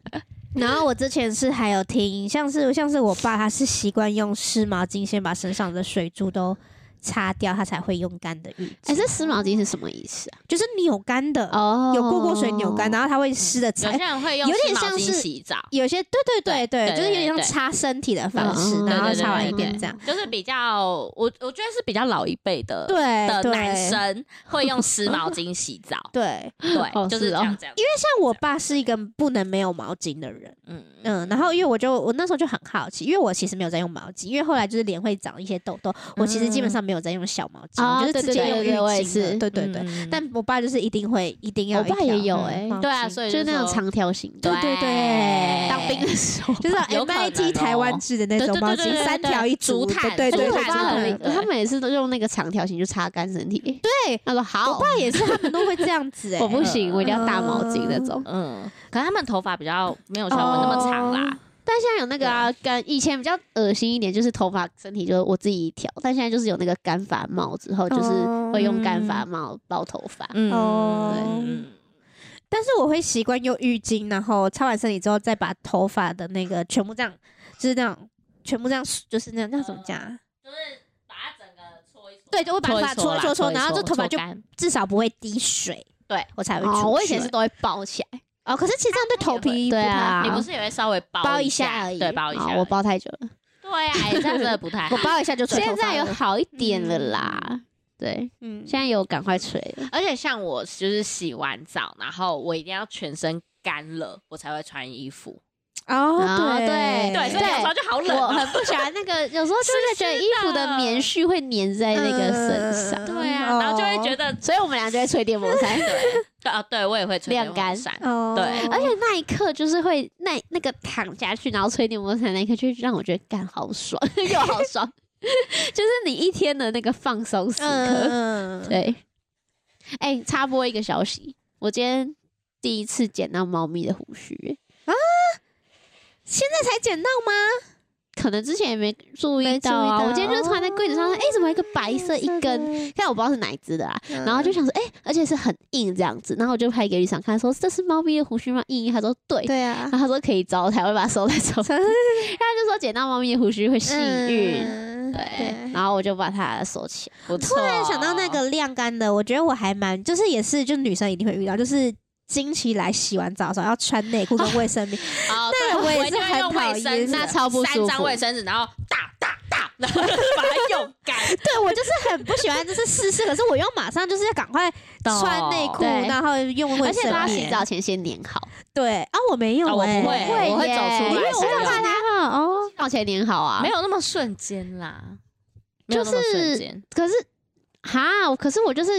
[SPEAKER 2] 然后我之前是还有听，像是像是我爸，他是习惯用湿毛巾先把身上的水珠都擦掉，他才会用干的浴
[SPEAKER 3] 哎、
[SPEAKER 2] 巾，
[SPEAKER 3] 这湿毛巾是什么意思啊？
[SPEAKER 2] 就是扭干的，
[SPEAKER 3] 哦
[SPEAKER 2] 有过过水扭干，然啊后他会湿的擦
[SPEAKER 1] 有些。人会用
[SPEAKER 2] 有点
[SPEAKER 1] 湿毛
[SPEAKER 2] 像
[SPEAKER 1] 巾
[SPEAKER 2] 是
[SPEAKER 1] 洗澡，
[SPEAKER 2] 有些对对对
[SPEAKER 1] 对
[SPEAKER 2] 对，
[SPEAKER 1] 对
[SPEAKER 2] 就是有点像
[SPEAKER 1] 对对
[SPEAKER 2] 擦身体的方式，
[SPEAKER 3] 嗯
[SPEAKER 2] 然后
[SPEAKER 1] 对对对
[SPEAKER 2] 擦完一遍
[SPEAKER 1] 对
[SPEAKER 2] 这样。
[SPEAKER 1] 就是比较我我觉得是比较老一辈的
[SPEAKER 2] 对
[SPEAKER 1] 的
[SPEAKER 2] 对，，
[SPEAKER 1] 男生会用湿毛巾洗澡
[SPEAKER 2] 对，
[SPEAKER 1] 对，
[SPEAKER 3] 哦
[SPEAKER 1] 就是
[SPEAKER 3] 是
[SPEAKER 1] 这
[SPEAKER 3] 哦
[SPEAKER 1] 样这样。因为
[SPEAKER 2] 但我爸是一个不能没有毛巾的人，
[SPEAKER 1] 嗯
[SPEAKER 2] 嗯，然后因为我就我那时候就很好奇，因为我其实没有在用毛巾，因为后来就是脸会长一些痘痘，我其实基本上没有在用小毛巾，
[SPEAKER 3] 啊
[SPEAKER 2] 我就
[SPEAKER 3] 对
[SPEAKER 2] 是直
[SPEAKER 3] 对对
[SPEAKER 2] 接用浴
[SPEAKER 3] 对对我也
[SPEAKER 2] 巾的，
[SPEAKER 3] 是
[SPEAKER 2] 对对对。
[SPEAKER 1] 嗯
[SPEAKER 2] 但我爸就是一定会一定要
[SPEAKER 3] 我
[SPEAKER 2] 一条，嗯
[SPEAKER 3] 爸也有欸
[SPEAKER 2] 毛巾
[SPEAKER 1] 对啊，所以
[SPEAKER 3] 就是那种
[SPEAKER 1] 说
[SPEAKER 3] 长条形的，
[SPEAKER 1] 对
[SPEAKER 2] 对对
[SPEAKER 3] 当兵的时候吧。
[SPEAKER 2] 就是
[SPEAKER 1] 有可能
[SPEAKER 2] MIT
[SPEAKER 1] 哦
[SPEAKER 2] 台湾制的那
[SPEAKER 1] 对
[SPEAKER 2] 种
[SPEAKER 1] 对对
[SPEAKER 2] 毛
[SPEAKER 1] 对
[SPEAKER 2] 巾，
[SPEAKER 1] 对
[SPEAKER 2] 三
[SPEAKER 1] 对
[SPEAKER 2] 条一组
[SPEAKER 1] 竹
[SPEAKER 2] 的，
[SPEAKER 1] 炭
[SPEAKER 2] 对
[SPEAKER 1] 竹
[SPEAKER 2] 对，
[SPEAKER 3] 我
[SPEAKER 1] 炭
[SPEAKER 3] 爸
[SPEAKER 1] 竹
[SPEAKER 3] 很，
[SPEAKER 1] 对
[SPEAKER 3] 他每次都用那个长条形就擦干身体。对，他说好，
[SPEAKER 2] 我爸也是，他们都会这样子哎、
[SPEAKER 3] 哦 我不行，我一定要大毛巾
[SPEAKER 2] 嗯
[SPEAKER 3] 那种。
[SPEAKER 1] 嗯，可是他们头发比较没有像我那
[SPEAKER 2] 哦
[SPEAKER 1] 么长啦，
[SPEAKER 3] 但现在有那个啊，干以前比较恶心一点，就是头发身体就是我自己一条，但现在就是有那个干发帽之后，就是会用
[SPEAKER 2] 嗯
[SPEAKER 3] 干发帽包头发。
[SPEAKER 1] 嗯
[SPEAKER 2] 哦但是我会习惯用浴巾，然后擦完身体之后，再把头发的那个全部这样，就是那种全部这样，就是那那怎么讲啊？
[SPEAKER 1] 就是把它整个搓一搓，
[SPEAKER 2] 对，就会把头发搓
[SPEAKER 1] 搓
[SPEAKER 2] 搓搓，然后这头发就
[SPEAKER 1] 干
[SPEAKER 2] 至少不会滴水，
[SPEAKER 1] 对
[SPEAKER 2] 我才会出
[SPEAKER 3] 哦，
[SPEAKER 2] 去。
[SPEAKER 3] 我以前是都会包起来，
[SPEAKER 2] 哦，可是其实这样对头皮
[SPEAKER 3] 对
[SPEAKER 2] 不太
[SPEAKER 3] 啊
[SPEAKER 2] 好
[SPEAKER 1] 你不是也会稍微
[SPEAKER 2] 包
[SPEAKER 1] 包
[SPEAKER 2] 一下
[SPEAKER 1] 下
[SPEAKER 2] 而已
[SPEAKER 1] 对，包一
[SPEAKER 3] 啊
[SPEAKER 1] 下，，
[SPEAKER 3] 我包太久了，
[SPEAKER 1] 对啊，哎这样真的不太 好
[SPEAKER 2] 我。包一下就吹
[SPEAKER 3] 现
[SPEAKER 2] 头发
[SPEAKER 3] 在有
[SPEAKER 2] 了
[SPEAKER 3] 好一点了啦。对，
[SPEAKER 2] 嗯，
[SPEAKER 3] 现在有赶快吹了。
[SPEAKER 1] 而且像我就是洗完澡，然后我一定要全身干了，我才会穿衣服。
[SPEAKER 2] 哦
[SPEAKER 3] 啊
[SPEAKER 2] 对
[SPEAKER 3] 对
[SPEAKER 1] 对，所以有时候就好冷
[SPEAKER 3] 我
[SPEAKER 1] 哦。
[SPEAKER 3] 很不喜欢那个，有时候就是觉得衣服的棉絮会粘在那个身上，
[SPEAKER 1] 对啊，然后就会觉
[SPEAKER 2] 得
[SPEAKER 1] 得
[SPEAKER 3] 所以我们俩就会吹电风扇。
[SPEAKER 1] 对啊，对我也会吹电风
[SPEAKER 3] 晾干
[SPEAKER 1] 扇
[SPEAKER 2] 哦，
[SPEAKER 1] 对
[SPEAKER 3] 而且那一刻就是会那那个躺下去，然后吹电风扇那一刻，就让我觉得干好爽， 又好爽，就是你一天的那个放松时刻。
[SPEAKER 2] 嗯，嗯
[SPEAKER 3] 对，哎、插播一个消息，我今天第一次剪到猫咪的胡须、欸
[SPEAKER 2] 现在才剪到吗？
[SPEAKER 3] 可可能之前也没注意到啊。
[SPEAKER 2] 没注意到
[SPEAKER 3] 我今天就突然在柜子上说，哎、怎么有一个白色一根？
[SPEAKER 2] 根，
[SPEAKER 3] 但我不知道是哪一只的啦。
[SPEAKER 2] 嗯
[SPEAKER 3] 然后就想说，哎、而且是很硬这样子。然后我就拍给吕想看，说这是猫咪的胡须吗？硬硬，他说对。
[SPEAKER 2] 对啊
[SPEAKER 3] 然，后他说可以招财，我就把它收在手里。然后他就说剪到猫咪的胡须会幸运，
[SPEAKER 2] 嗯
[SPEAKER 3] 对。然后我就把它收起来。不错，
[SPEAKER 2] 突然想到那个晾干的，我觉得我还蛮，就是也是，就女生一定会遇到，就是经期来洗完澡的时候要穿内裤跟卫生棉，
[SPEAKER 1] 哦，
[SPEAKER 2] 那
[SPEAKER 1] 对
[SPEAKER 2] 我也
[SPEAKER 1] 一定
[SPEAKER 2] 是
[SPEAKER 1] 会
[SPEAKER 2] 很
[SPEAKER 1] 用
[SPEAKER 2] 讨
[SPEAKER 1] 卫生
[SPEAKER 2] 厌
[SPEAKER 1] 纸，
[SPEAKER 3] 那超不舒
[SPEAKER 1] 三张
[SPEAKER 3] 服
[SPEAKER 1] 卫生纸，然后大大大，然后就 把它用干。
[SPEAKER 2] 对我就是很不喜欢，就是试试，可是我又马上就是要赶快
[SPEAKER 1] 懂
[SPEAKER 2] 穿内裤，
[SPEAKER 3] 对
[SPEAKER 2] 然后用卫
[SPEAKER 3] 而且
[SPEAKER 2] 生
[SPEAKER 3] 都要洗
[SPEAKER 2] 棉。
[SPEAKER 3] 澡前先粘好，
[SPEAKER 2] 对啊，我没
[SPEAKER 1] 啊
[SPEAKER 2] 有
[SPEAKER 1] 我
[SPEAKER 2] 哎、
[SPEAKER 1] 不会我会
[SPEAKER 3] 耶
[SPEAKER 1] 走出来
[SPEAKER 3] 因为我
[SPEAKER 1] 才
[SPEAKER 3] 会
[SPEAKER 1] 用
[SPEAKER 3] 怕它哦，洗澡前粘好啊。
[SPEAKER 1] 没有那么瞬间啦，没有那
[SPEAKER 3] 就
[SPEAKER 1] 么瞬
[SPEAKER 3] 是
[SPEAKER 1] 间。
[SPEAKER 3] 可是哈，我可是我就是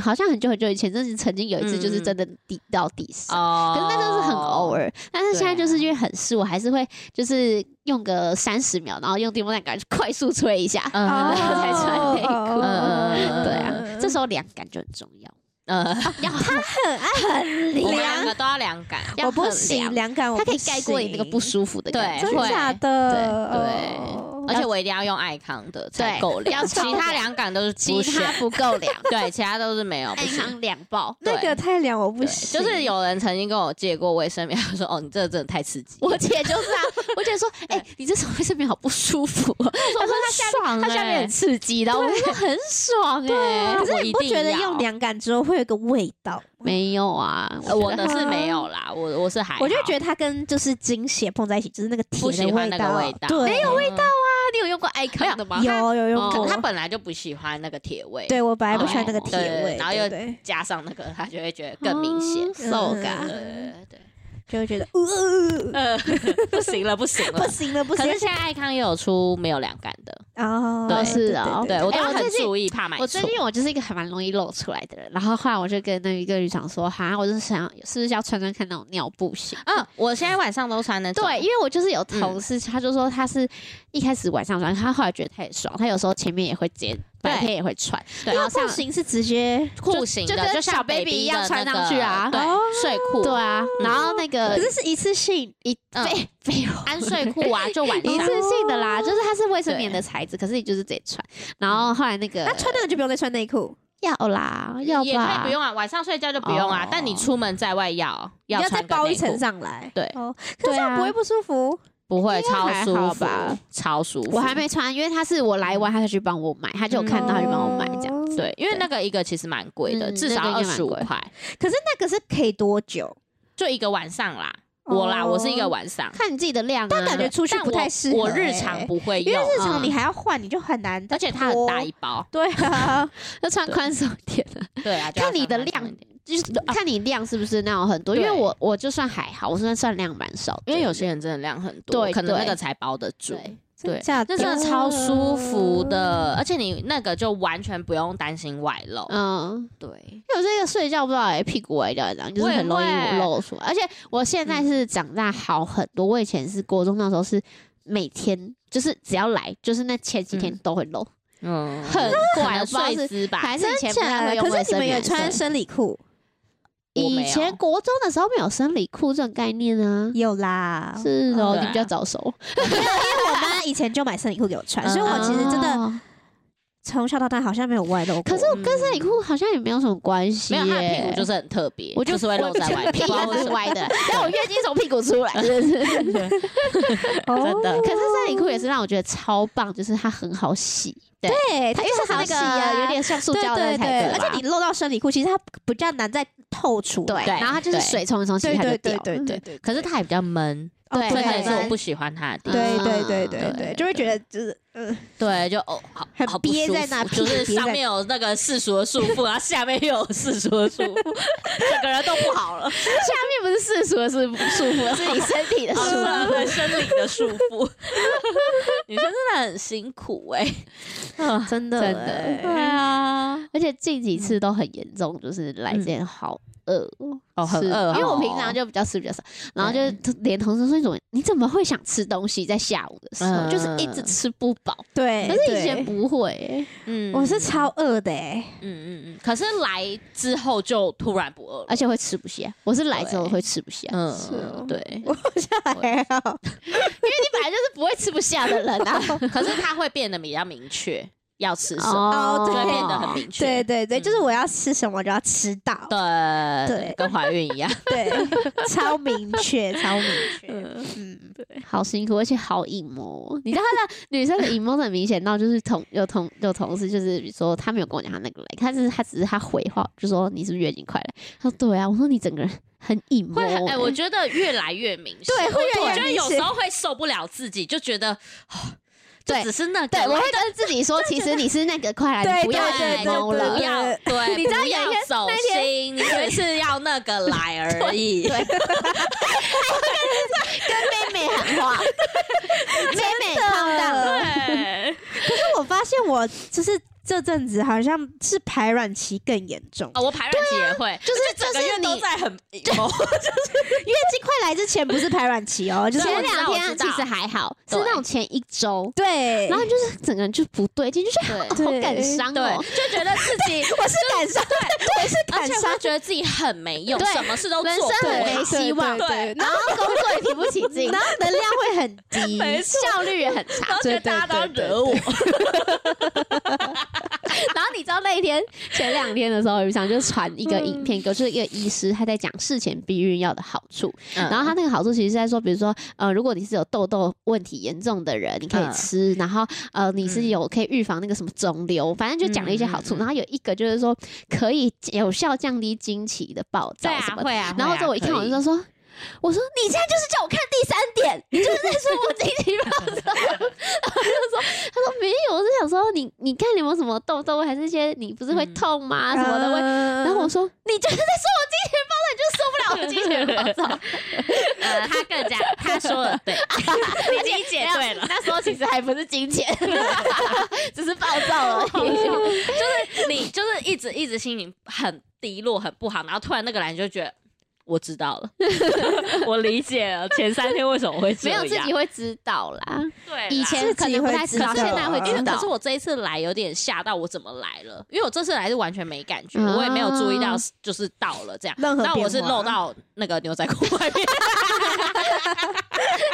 [SPEAKER 3] 好像很久很久以前，真是曾经有一次就是真的滴到地
[SPEAKER 1] 嗯
[SPEAKER 3] 上。
[SPEAKER 1] 哦啊
[SPEAKER 3] 可是那都是很偶。尔，但是现在就是因为很湿，我还是会就是用个三十秒，然后用电风扇赶快快速吹一下，
[SPEAKER 1] 嗯，
[SPEAKER 2] 哦
[SPEAKER 3] 才穿内裤。
[SPEAKER 2] 哦
[SPEAKER 1] 嗯
[SPEAKER 3] 对啊，这时候凉感就很重要，
[SPEAKER 1] 嗯，
[SPEAKER 3] 要它
[SPEAKER 2] 很
[SPEAKER 1] 我们
[SPEAKER 2] 凉
[SPEAKER 1] 两，个都要两感。
[SPEAKER 3] 要
[SPEAKER 2] 我不
[SPEAKER 3] 很
[SPEAKER 2] 行，
[SPEAKER 3] 凉
[SPEAKER 2] 凉感我
[SPEAKER 3] 它可以
[SPEAKER 2] 不
[SPEAKER 3] 盖过你那个不
[SPEAKER 2] 行
[SPEAKER 3] 舒服的
[SPEAKER 1] 对
[SPEAKER 3] 感觉。
[SPEAKER 2] 真的
[SPEAKER 1] 会
[SPEAKER 2] 假的？
[SPEAKER 1] 对对
[SPEAKER 2] 哦
[SPEAKER 1] 而且我一定要用爱康的才
[SPEAKER 3] 对
[SPEAKER 1] 够凉，
[SPEAKER 3] 要
[SPEAKER 1] 其
[SPEAKER 3] 超
[SPEAKER 1] 他
[SPEAKER 3] 凉
[SPEAKER 1] 两感都是
[SPEAKER 3] 其
[SPEAKER 1] 不
[SPEAKER 3] 他哎
[SPEAKER 1] 选，
[SPEAKER 3] 不够凉，
[SPEAKER 1] 对，其他都是没有不
[SPEAKER 3] 暗
[SPEAKER 1] 行。
[SPEAKER 3] 藏两爆。
[SPEAKER 1] 对
[SPEAKER 2] 那个太凉，我不
[SPEAKER 1] 对
[SPEAKER 2] 行。
[SPEAKER 1] 就是有人曾经跟我借过卫生棉，他说：“哦，你这个真的太刺激。”
[SPEAKER 3] 我姐就是啊，我姐说：“哎、你这手卫生棉好不舒服、哦。”她说她下
[SPEAKER 1] 爽
[SPEAKER 3] 面她下面
[SPEAKER 1] 欸
[SPEAKER 3] 很刺激，然后我就说很爽哎、
[SPEAKER 1] 可
[SPEAKER 2] 可
[SPEAKER 1] 是
[SPEAKER 2] 是你不觉得用凉感之后会有一个味道？
[SPEAKER 3] 没有啊，
[SPEAKER 1] 呃我
[SPEAKER 3] 觉得
[SPEAKER 1] 的是没有啦，我我是还
[SPEAKER 2] 我就觉
[SPEAKER 1] 得
[SPEAKER 2] 得它跟就是精血碰在一起，就是那个
[SPEAKER 1] 不
[SPEAKER 2] 甜
[SPEAKER 1] 喜
[SPEAKER 2] 的
[SPEAKER 1] 欢那个
[SPEAKER 2] 道，
[SPEAKER 1] 味道，
[SPEAKER 2] 对，
[SPEAKER 1] 有味道啊。
[SPEAKER 3] 那你有用过爱康的吗？
[SPEAKER 2] 有有用
[SPEAKER 3] 哦
[SPEAKER 1] 可
[SPEAKER 2] 过
[SPEAKER 1] 他。本来就不喜欢那个铁味，
[SPEAKER 2] 对我本来不喜欢那个
[SPEAKER 1] 哦
[SPEAKER 2] 铁
[SPEAKER 1] 对
[SPEAKER 2] 味，
[SPEAKER 1] 然后
[SPEAKER 2] 对
[SPEAKER 1] 又
[SPEAKER 2] 对
[SPEAKER 1] 加上那个他就会觉得更明显。
[SPEAKER 3] 手
[SPEAKER 1] 对
[SPEAKER 3] 感。
[SPEAKER 1] 对对
[SPEAKER 2] 就会觉得呃
[SPEAKER 1] 呃，不行了，不行了
[SPEAKER 2] 不。行了不
[SPEAKER 1] 可
[SPEAKER 2] 行
[SPEAKER 1] 是现在爱康也有出没有凉感的，
[SPEAKER 2] 哦
[SPEAKER 1] 对
[SPEAKER 3] 是啊
[SPEAKER 1] 对我
[SPEAKER 3] 哎
[SPEAKER 1] 都
[SPEAKER 3] 我
[SPEAKER 1] 很
[SPEAKER 3] 最近
[SPEAKER 1] 注意，怕买
[SPEAKER 3] 我
[SPEAKER 1] 错
[SPEAKER 3] 最。近我就是一个还蛮容易露出来的人，然后后来我就跟那一个局长说：“哈，我就是想要是不是要穿穿看那种尿布型。”
[SPEAKER 1] 嗯，我现在晚上都穿那种。
[SPEAKER 3] 对，因为我就是有同事，他就说他是一开始晚上穿，他后来觉得太爽，他有时候前面也会剪，白天也会穿，
[SPEAKER 1] 对
[SPEAKER 3] 然后
[SPEAKER 2] 不
[SPEAKER 3] 上
[SPEAKER 2] 行是直接，
[SPEAKER 1] 裤型的，
[SPEAKER 3] 哦就跟
[SPEAKER 1] 就像
[SPEAKER 3] 小 baby 一样
[SPEAKER 1] 的
[SPEAKER 3] 穿
[SPEAKER 1] 那
[SPEAKER 3] 上
[SPEAKER 1] 个
[SPEAKER 3] 去啊
[SPEAKER 1] 对
[SPEAKER 2] 哦，
[SPEAKER 1] 睡裤，
[SPEAKER 3] 对啊，然后那个
[SPEAKER 2] 可是是一次性，
[SPEAKER 3] 一
[SPEAKER 1] 嗯
[SPEAKER 3] 废废话
[SPEAKER 1] 安睡裤啊，就晚
[SPEAKER 3] 一
[SPEAKER 1] 上
[SPEAKER 3] 次。性的啦，就是它是卫生棉的材质，可是你就是得穿。然后后来那个
[SPEAKER 2] 那穿那个就不用再穿内裤，
[SPEAKER 3] 要啦，要
[SPEAKER 1] 也可以
[SPEAKER 3] 吧，
[SPEAKER 1] 不用啊，晚上睡觉就不用啊
[SPEAKER 3] 哦，
[SPEAKER 1] 但你出门在外要
[SPEAKER 2] 你
[SPEAKER 1] 要
[SPEAKER 2] 要
[SPEAKER 1] 穿
[SPEAKER 2] 再
[SPEAKER 1] 个
[SPEAKER 2] 包一
[SPEAKER 1] 内裤
[SPEAKER 2] 层上来。
[SPEAKER 1] 对
[SPEAKER 2] 哦，可是
[SPEAKER 3] 对
[SPEAKER 2] 这
[SPEAKER 3] 啊
[SPEAKER 2] 样不会不舒服。
[SPEAKER 1] 不会
[SPEAKER 3] 该
[SPEAKER 1] 超
[SPEAKER 3] 还
[SPEAKER 1] 舒
[SPEAKER 3] 好
[SPEAKER 1] 服
[SPEAKER 3] 吧，
[SPEAKER 1] 超舒服。
[SPEAKER 3] 我还没穿，因为他是我来完，他才去帮我买，他就有看到，他就帮我买这样
[SPEAKER 2] 哦
[SPEAKER 3] 子。
[SPEAKER 1] 对，因为那个一个其实蛮贵的，
[SPEAKER 3] 嗯
[SPEAKER 1] 至少
[SPEAKER 3] 那个
[SPEAKER 1] 二
[SPEAKER 3] 应该
[SPEAKER 1] 十五
[SPEAKER 3] 蛮贵
[SPEAKER 1] 块，
[SPEAKER 2] 可是那个是可以多久？
[SPEAKER 1] 就一个晚上啦。我啦，
[SPEAKER 2] 哦
[SPEAKER 1] 我是一个晚上，
[SPEAKER 3] 看你自己的量啊，
[SPEAKER 2] 但感觉出去
[SPEAKER 1] 但
[SPEAKER 2] 不太适合
[SPEAKER 1] 我我日
[SPEAKER 2] 欸
[SPEAKER 1] 常不会
[SPEAKER 2] 因
[SPEAKER 1] 用
[SPEAKER 2] 为，日常
[SPEAKER 3] 嗯
[SPEAKER 2] 你还要换，你就很难再脱。
[SPEAKER 1] 而且它很大一包。
[SPEAKER 2] 对啊，
[SPEAKER 3] 就穿宽松一点的，
[SPEAKER 1] 对啊，就
[SPEAKER 3] 看
[SPEAKER 1] 要
[SPEAKER 3] 你
[SPEAKER 1] 穿
[SPEAKER 3] 的
[SPEAKER 1] 宽松
[SPEAKER 3] 量
[SPEAKER 1] 一点
[SPEAKER 3] 就是看你量是不是那种很多。因
[SPEAKER 1] 啊对
[SPEAKER 3] 为我我就算还好，我算算量蛮少的，
[SPEAKER 1] 因为有些人真的量很多，
[SPEAKER 3] 对
[SPEAKER 1] 可能那
[SPEAKER 3] 对
[SPEAKER 1] 个才包得住。
[SPEAKER 3] 对
[SPEAKER 1] 对
[SPEAKER 2] 真假
[SPEAKER 1] 那真的超舒服。的，而且你那个就完全不用担心外露。
[SPEAKER 3] 嗯，
[SPEAKER 1] 对，
[SPEAKER 3] 因为我这个睡觉不知道哎、屁股歪掉一张，就是很容易
[SPEAKER 1] 我也会嗯
[SPEAKER 3] 露出来。而且我现在是长大好很多，我以前是国中那时候是每天就是只要来，就是那前几天
[SPEAKER 1] 嗯
[SPEAKER 3] 都会露，
[SPEAKER 1] 嗯，
[SPEAKER 3] 很
[SPEAKER 1] 可
[SPEAKER 3] 怪，
[SPEAKER 1] 能
[SPEAKER 3] 我不知道
[SPEAKER 1] 睡
[SPEAKER 3] 是
[SPEAKER 1] 姿吧，
[SPEAKER 3] 还是
[SPEAKER 2] 真
[SPEAKER 3] 以前不
[SPEAKER 2] 假
[SPEAKER 3] 太会
[SPEAKER 2] 的？
[SPEAKER 3] 用
[SPEAKER 2] 哎可
[SPEAKER 3] 卫
[SPEAKER 2] 是你
[SPEAKER 3] 生
[SPEAKER 2] 们
[SPEAKER 3] 棉
[SPEAKER 2] 有穿
[SPEAKER 3] 睡
[SPEAKER 2] 生理裤？
[SPEAKER 1] 我没
[SPEAKER 3] 以
[SPEAKER 1] 有
[SPEAKER 3] 前国中的时候没有生理裤这种概念啊。
[SPEAKER 2] 有啦，
[SPEAKER 3] 是哦，
[SPEAKER 1] 对啊
[SPEAKER 3] 你比较早熟，
[SPEAKER 2] 因为我妈以前就买生理裤给我穿，所以我其实真的
[SPEAKER 3] 啊
[SPEAKER 2] 从小到大好像没有外露过。
[SPEAKER 3] 可是我跟生理裤好像也没有什么关系
[SPEAKER 1] 没有，他的屁股
[SPEAKER 3] 耶，
[SPEAKER 1] 就是很特别，
[SPEAKER 3] 我就
[SPEAKER 1] 就是会露在外面，
[SPEAKER 3] 屁
[SPEAKER 1] 不知道
[SPEAKER 3] 股
[SPEAKER 1] 为什
[SPEAKER 3] 是
[SPEAKER 1] 么
[SPEAKER 3] 歪的，但我月经从屁股出来，真的是。
[SPEAKER 1] 真的
[SPEAKER 2] 哦
[SPEAKER 3] 可是生理裤也是让我觉得超棒，就是它很好洗，
[SPEAKER 2] 对，哎它
[SPEAKER 3] 它因为它是那啊个有点像塑
[SPEAKER 2] 对
[SPEAKER 3] 胶的
[SPEAKER 2] 对
[SPEAKER 3] 材
[SPEAKER 2] 对，
[SPEAKER 3] 质
[SPEAKER 2] 而
[SPEAKER 3] 吧
[SPEAKER 2] 且你露到生理裤，其实它比较难再透出
[SPEAKER 3] 对，
[SPEAKER 2] 来。
[SPEAKER 1] 对
[SPEAKER 3] 然后它就是
[SPEAKER 1] 对
[SPEAKER 3] 水冲一冲，其实
[SPEAKER 2] 对
[SPEAKER 3] 它就
[SPEAKER 2] 对
[SPEAKER 3] 掉
[SPEAKER 2] 对
[SPEAKER 3] 了。
[SPEAKER 2] 对对对，
[SPEAKER 1] 可是它也比较闷，
[SPEAKER 2] 哦
[SPEAKER 3] 对
[SPEAKER 1] 所以
[SPEAKER 3] 对
[SPEAKER 1] 这也是我
[SPEAKER 2] 对
[SPEAKER 1] 不喜欢它的地方。
[SPEAKER 2] 对对对
[SPEAKER 3] 嗯
[SPEAKER 2] 对
[SPEAKER 1] 对
[SPEAKER 2] 对，就会觉
[SPEAKER 1] 对
[SPEAKER 2] 得就是嗯，
[SPEAKER 1] 对，就哦，好，
[SPEAKER 2] 很
[SPEAKER 1] 好不
[SPEAKER 2] 憋
[SPEAKER 1] 舒
[SPEAKER 2] 在
[SPEAKER 1] 服
[SPEAKER 2] 那
[SPEAKER 1] 就是
[SPEAKER 2] 憋
[SPEAKER 1] 上
[SPEAKER 2] 在
[SPEAKER 1] 面有那个世俗的束 缚，然后下面又有世俗的束缚，整个人都不好了，
[SPEAKER 3] 下面不是世俗的是束缚，是你身体的束
[SPEAKER 1] 好
[SPEAKER 3] 缚。
[SPEAKER 1] 了哦生理的束缚。 女生真的很辛苦哎，
[SPEAKER 3] 真的
[SPEAKER 1] 真
[SPEAKER 3] 嗯真
[SPEAKER 1] 的欸
[SPEAKER 3] 的，
[SPEAKER 1] 对
[SPEAKER 3] 啊，而且近几次都很严重，就是来之前好饿哦，
[SPEAKER 1] 哦很
[SPEAKER 3] 是
[SPEAKER 1] 饿
[SPEAKER 3] 因为我
[SPEAKER 1] 哦
[SPEAKER 3] 平常就比较吃比较少，然后就连同事说你怎么你怎么会想吃东西在下午的时候，
[SPEAKER 1] 嗯
[SPEAKER 3] 就是一直吃不饱，
[SPEAKER 2] 对。
[SPEAKER 3] 可是以
[SPEAKER 2] 哎对
[SPEAKER 3] 前不会欸，
[SPEAKER 1] 嗯
[SPEAKER 2] 我是超饿的欸，
[SPEAKER 1] 嗯嗯嗯，可是来之后就突然不饿了，
[SPEAKER 3] 而且会吃不下，我啊是来之后
[SPEAKER 1] 对
[SPEAKER 3] 会吃不下，
[SPEAKER 1] 嗯
[SPEAKER 2] 是哦
[SPEAKER 1] 对，
[SPEAKER 2] 我好像还好，
[SPEAKER 3] 本来就是不会
[SPEAKER 2] 吃不下 的人啊。
[SPEAKER 1] 可是它会变得比较明确要吃什么，
[SPEAKER 3] 哦
[SPEAKER 2] 哦
[SPEAKER 1] 就
[SPEAKER 2] 对
[SPEAKER 1] 会啊变得很明确。
[SPEAKER 2] 对对对，
[SPEAKER 1] 嗯
[SPEAKER 2] 就是我要吃什么我就要吃到，
[SPEAKER 1] 对
[SPEAKER 2] 对
[SPEAKER 1] 跟怀孕一 样。
[SPEAKER 2] 对， 超明确，超明确。
[SPEAKER 3] 嗯
[SPEAKER 2] 嗯，
[SPEAKER 3] 好辛苦，而且好隐摸哦。你知道他的女生的隐摸很明显到，就是同有同有同事，就是比如说他没有跟我讲他那个来，他只是他只是他回话，就说你是不是月经快来？他说对啊，我说你整个人很隐摸
[SPEAKER 1] 会
[SPEAKER 3] 欸、
[SPEAKER 1] 很哎、我觉得越来越明显。
[SPEAKER 2] 对会越来
[SPEAKER 1] 我
[SPEAKER 2] 越
[SPEAKER 1] 觉得有
[SPEAKER 2] 明显
[SPEAKER 1] 时候会受不了自己，就觉得，哦就
[SPEAKER 3] 对
[SPEAKER 1] 只是那个
[SPEAKER 3] 对，我
[SPEAKER 1] 啦
[SPEAKER 3] 会跟自己说，其实你是那个快来，
[SPEAKER 2] 对
[SPEAKER 3] 你不要
[SPEAKER 2] 对
[SPEAKER 3] 隐
[SPEAKER 2] 对
[SPEAKER 3] 摸
[SPEAKER 2] 对
[SPEAKER 3] 了
[SPEAKER 1] 不。 要对，
[SPEAKER 3] 你知道
[SPEAKER 1] 不要
[SPEAKER 3] 有一天
[SPEAKER 1] 走心，你就是要那个 来而已。
[SPEAKER 3] 对跟妹妹喊话，妹妹胖到
[SPEAKER 1] 对，
[SPEAKER 2] 可是我发现我就是这阵子好像是排卵期更严重，
[SPEAKER 1] 哦，我排卵期也会，
[SPEAKER 3] 啊就是
[SPEAKER 1] 整个
[SPEAKER 3] 就是
[SPEAKER 1] 月都
[SPEAKER 3] 你
[SPEAKER 1] 在很
[SPEAKER 2] 月经快来之前不是排卵期 哦，就是
[SPEAKER 1] 对
[SPEAKER 3] 前
[SPEAKER 1] 我知道
[SPEAKER 3] 两
[SPEAKER 1] 我
[SPEAKER 3] 天
[SPEAKER 1] 知道
[SPEAKER 3] 其实还好，是
[SPEAKER 1] 对
[SPEAKER 3] 那种前一周，
[SPEAKER 2] 对，
[SPEAKER 3] 然后就是整个人就不对劲，就是
[SPEAKER 1] 对
[SPEAKER 3] 好感伤
[SPEAKER 1] 对
[SPEAKER 3] 哦，，
[SPEAKER 1] 就觉得自己，
[SPEAKER 2] 我是感伤， 我是
[SPEAKER 1] 而
[SPEAKER 2] 感
[SPEAKER 1] 且
[SPEAKER 2] 伤
[SPEAKER 1] 会，觉得自己很没用，
[SPEAKER 3] 对
[SPEAKER 1] 什么事都
[SPEAKER 3] 人
[SPEAKER 1] 做不
[SPEAKER 3] 生很没
[SPEAKER 1] 好。
[SPEAKER 3] 希望
[SPEAKER 1] 对对对
[SPEAKER 3] 然后 工作也提不起劲
[SPEAKER 2] 然，后能量会很低，
[SPEAKER 1] 没错
[SPEAKER 3] 效率也很
[SPEAKER 1] 然
[SPEAKER 3] 差
[SPEAKER 1] 后。觉得大家都要惹我，
[SPEAKER 3] 然后你知道那一天前两天的时候，雨翔就传一
[SPEAKER 1] 嗯
[SPEAKER 3] 个影片给我，就是一个医师他在讲事前避孕药的好处。
[SPEAKER 1] 嗯
[SPEAKER 3] 然后他那个好处其实是在说，比如说呃，如果你是有痘痘问题严重的人，你可以
[SPEAKER 1] 嗯
[SPEAKER 3] 吃；然后呃，你是有可以预防那个什么肿瘤，反正就讲了一些好处。
[SPEAKER 1] 嗯嗯嗯
[SPEAKER 3] 然后有一个就是说可以有效降低经期的暴躁什么的。
[SPEAKER 1] 啊
[SPEAKER 3] 然后之后我一看，我就说说。我说你现在就是叫我看第三点，你就是在说我经期暴躁。 然后就说，他说没有，我是想说你你看你有没有什么痘痘，还是一些你不是会
[SPEAKER 1] 嗯
[SPEAKER 3] 痛吗？啊什么的会。
[SPEAKER 2] 嗯
[SPEAKER 3] 然后我说你就是在说我经期暴躁，你就受不了我经期暴躁。
[SPEAKER 1] 呃，他更加他说的对， 你理解对了，
[SPEAKER 3] 那时候其实还不是金 钱，只是暴躁而已。
[SPEAKER 1] 就是你就是一直一直心情很低落很不好，然后突然那个来你就觉得。我知道 了，我理解了。前三天为什么会这
[SPEAKER 3] 没
[SPEAKER 1] 样？
[SPEAKER 3] 有自己会知道啦，
[SPEAKER 1] 对啦，
[SPEAKER 3] 以前可能不太知道，
[SPEAKER 2] 自
[SPEAKER 3] 现在
[SPEAKER 2] 己会知道
[SPEAKER 3] 会
[SPEAKER 1] 因为
[SPEAKER 3] 啊知
[SPEAKER 1] 可
[SPEAKER 3] 道
[SPEAKER 1] 是。我这一次来有点吓到我怎么来了，因为我这次来是完全没感觉，
[SPEAKER 3] 啊
[SPEAKER 1] 我也没有注意到就是到了这样。
[SPEAKER 2] 任何
[SPEAKER 1] 那我是
[SPEAKER 2] 变化
[SPEAKER 1] 露到那个牛仔裤外面，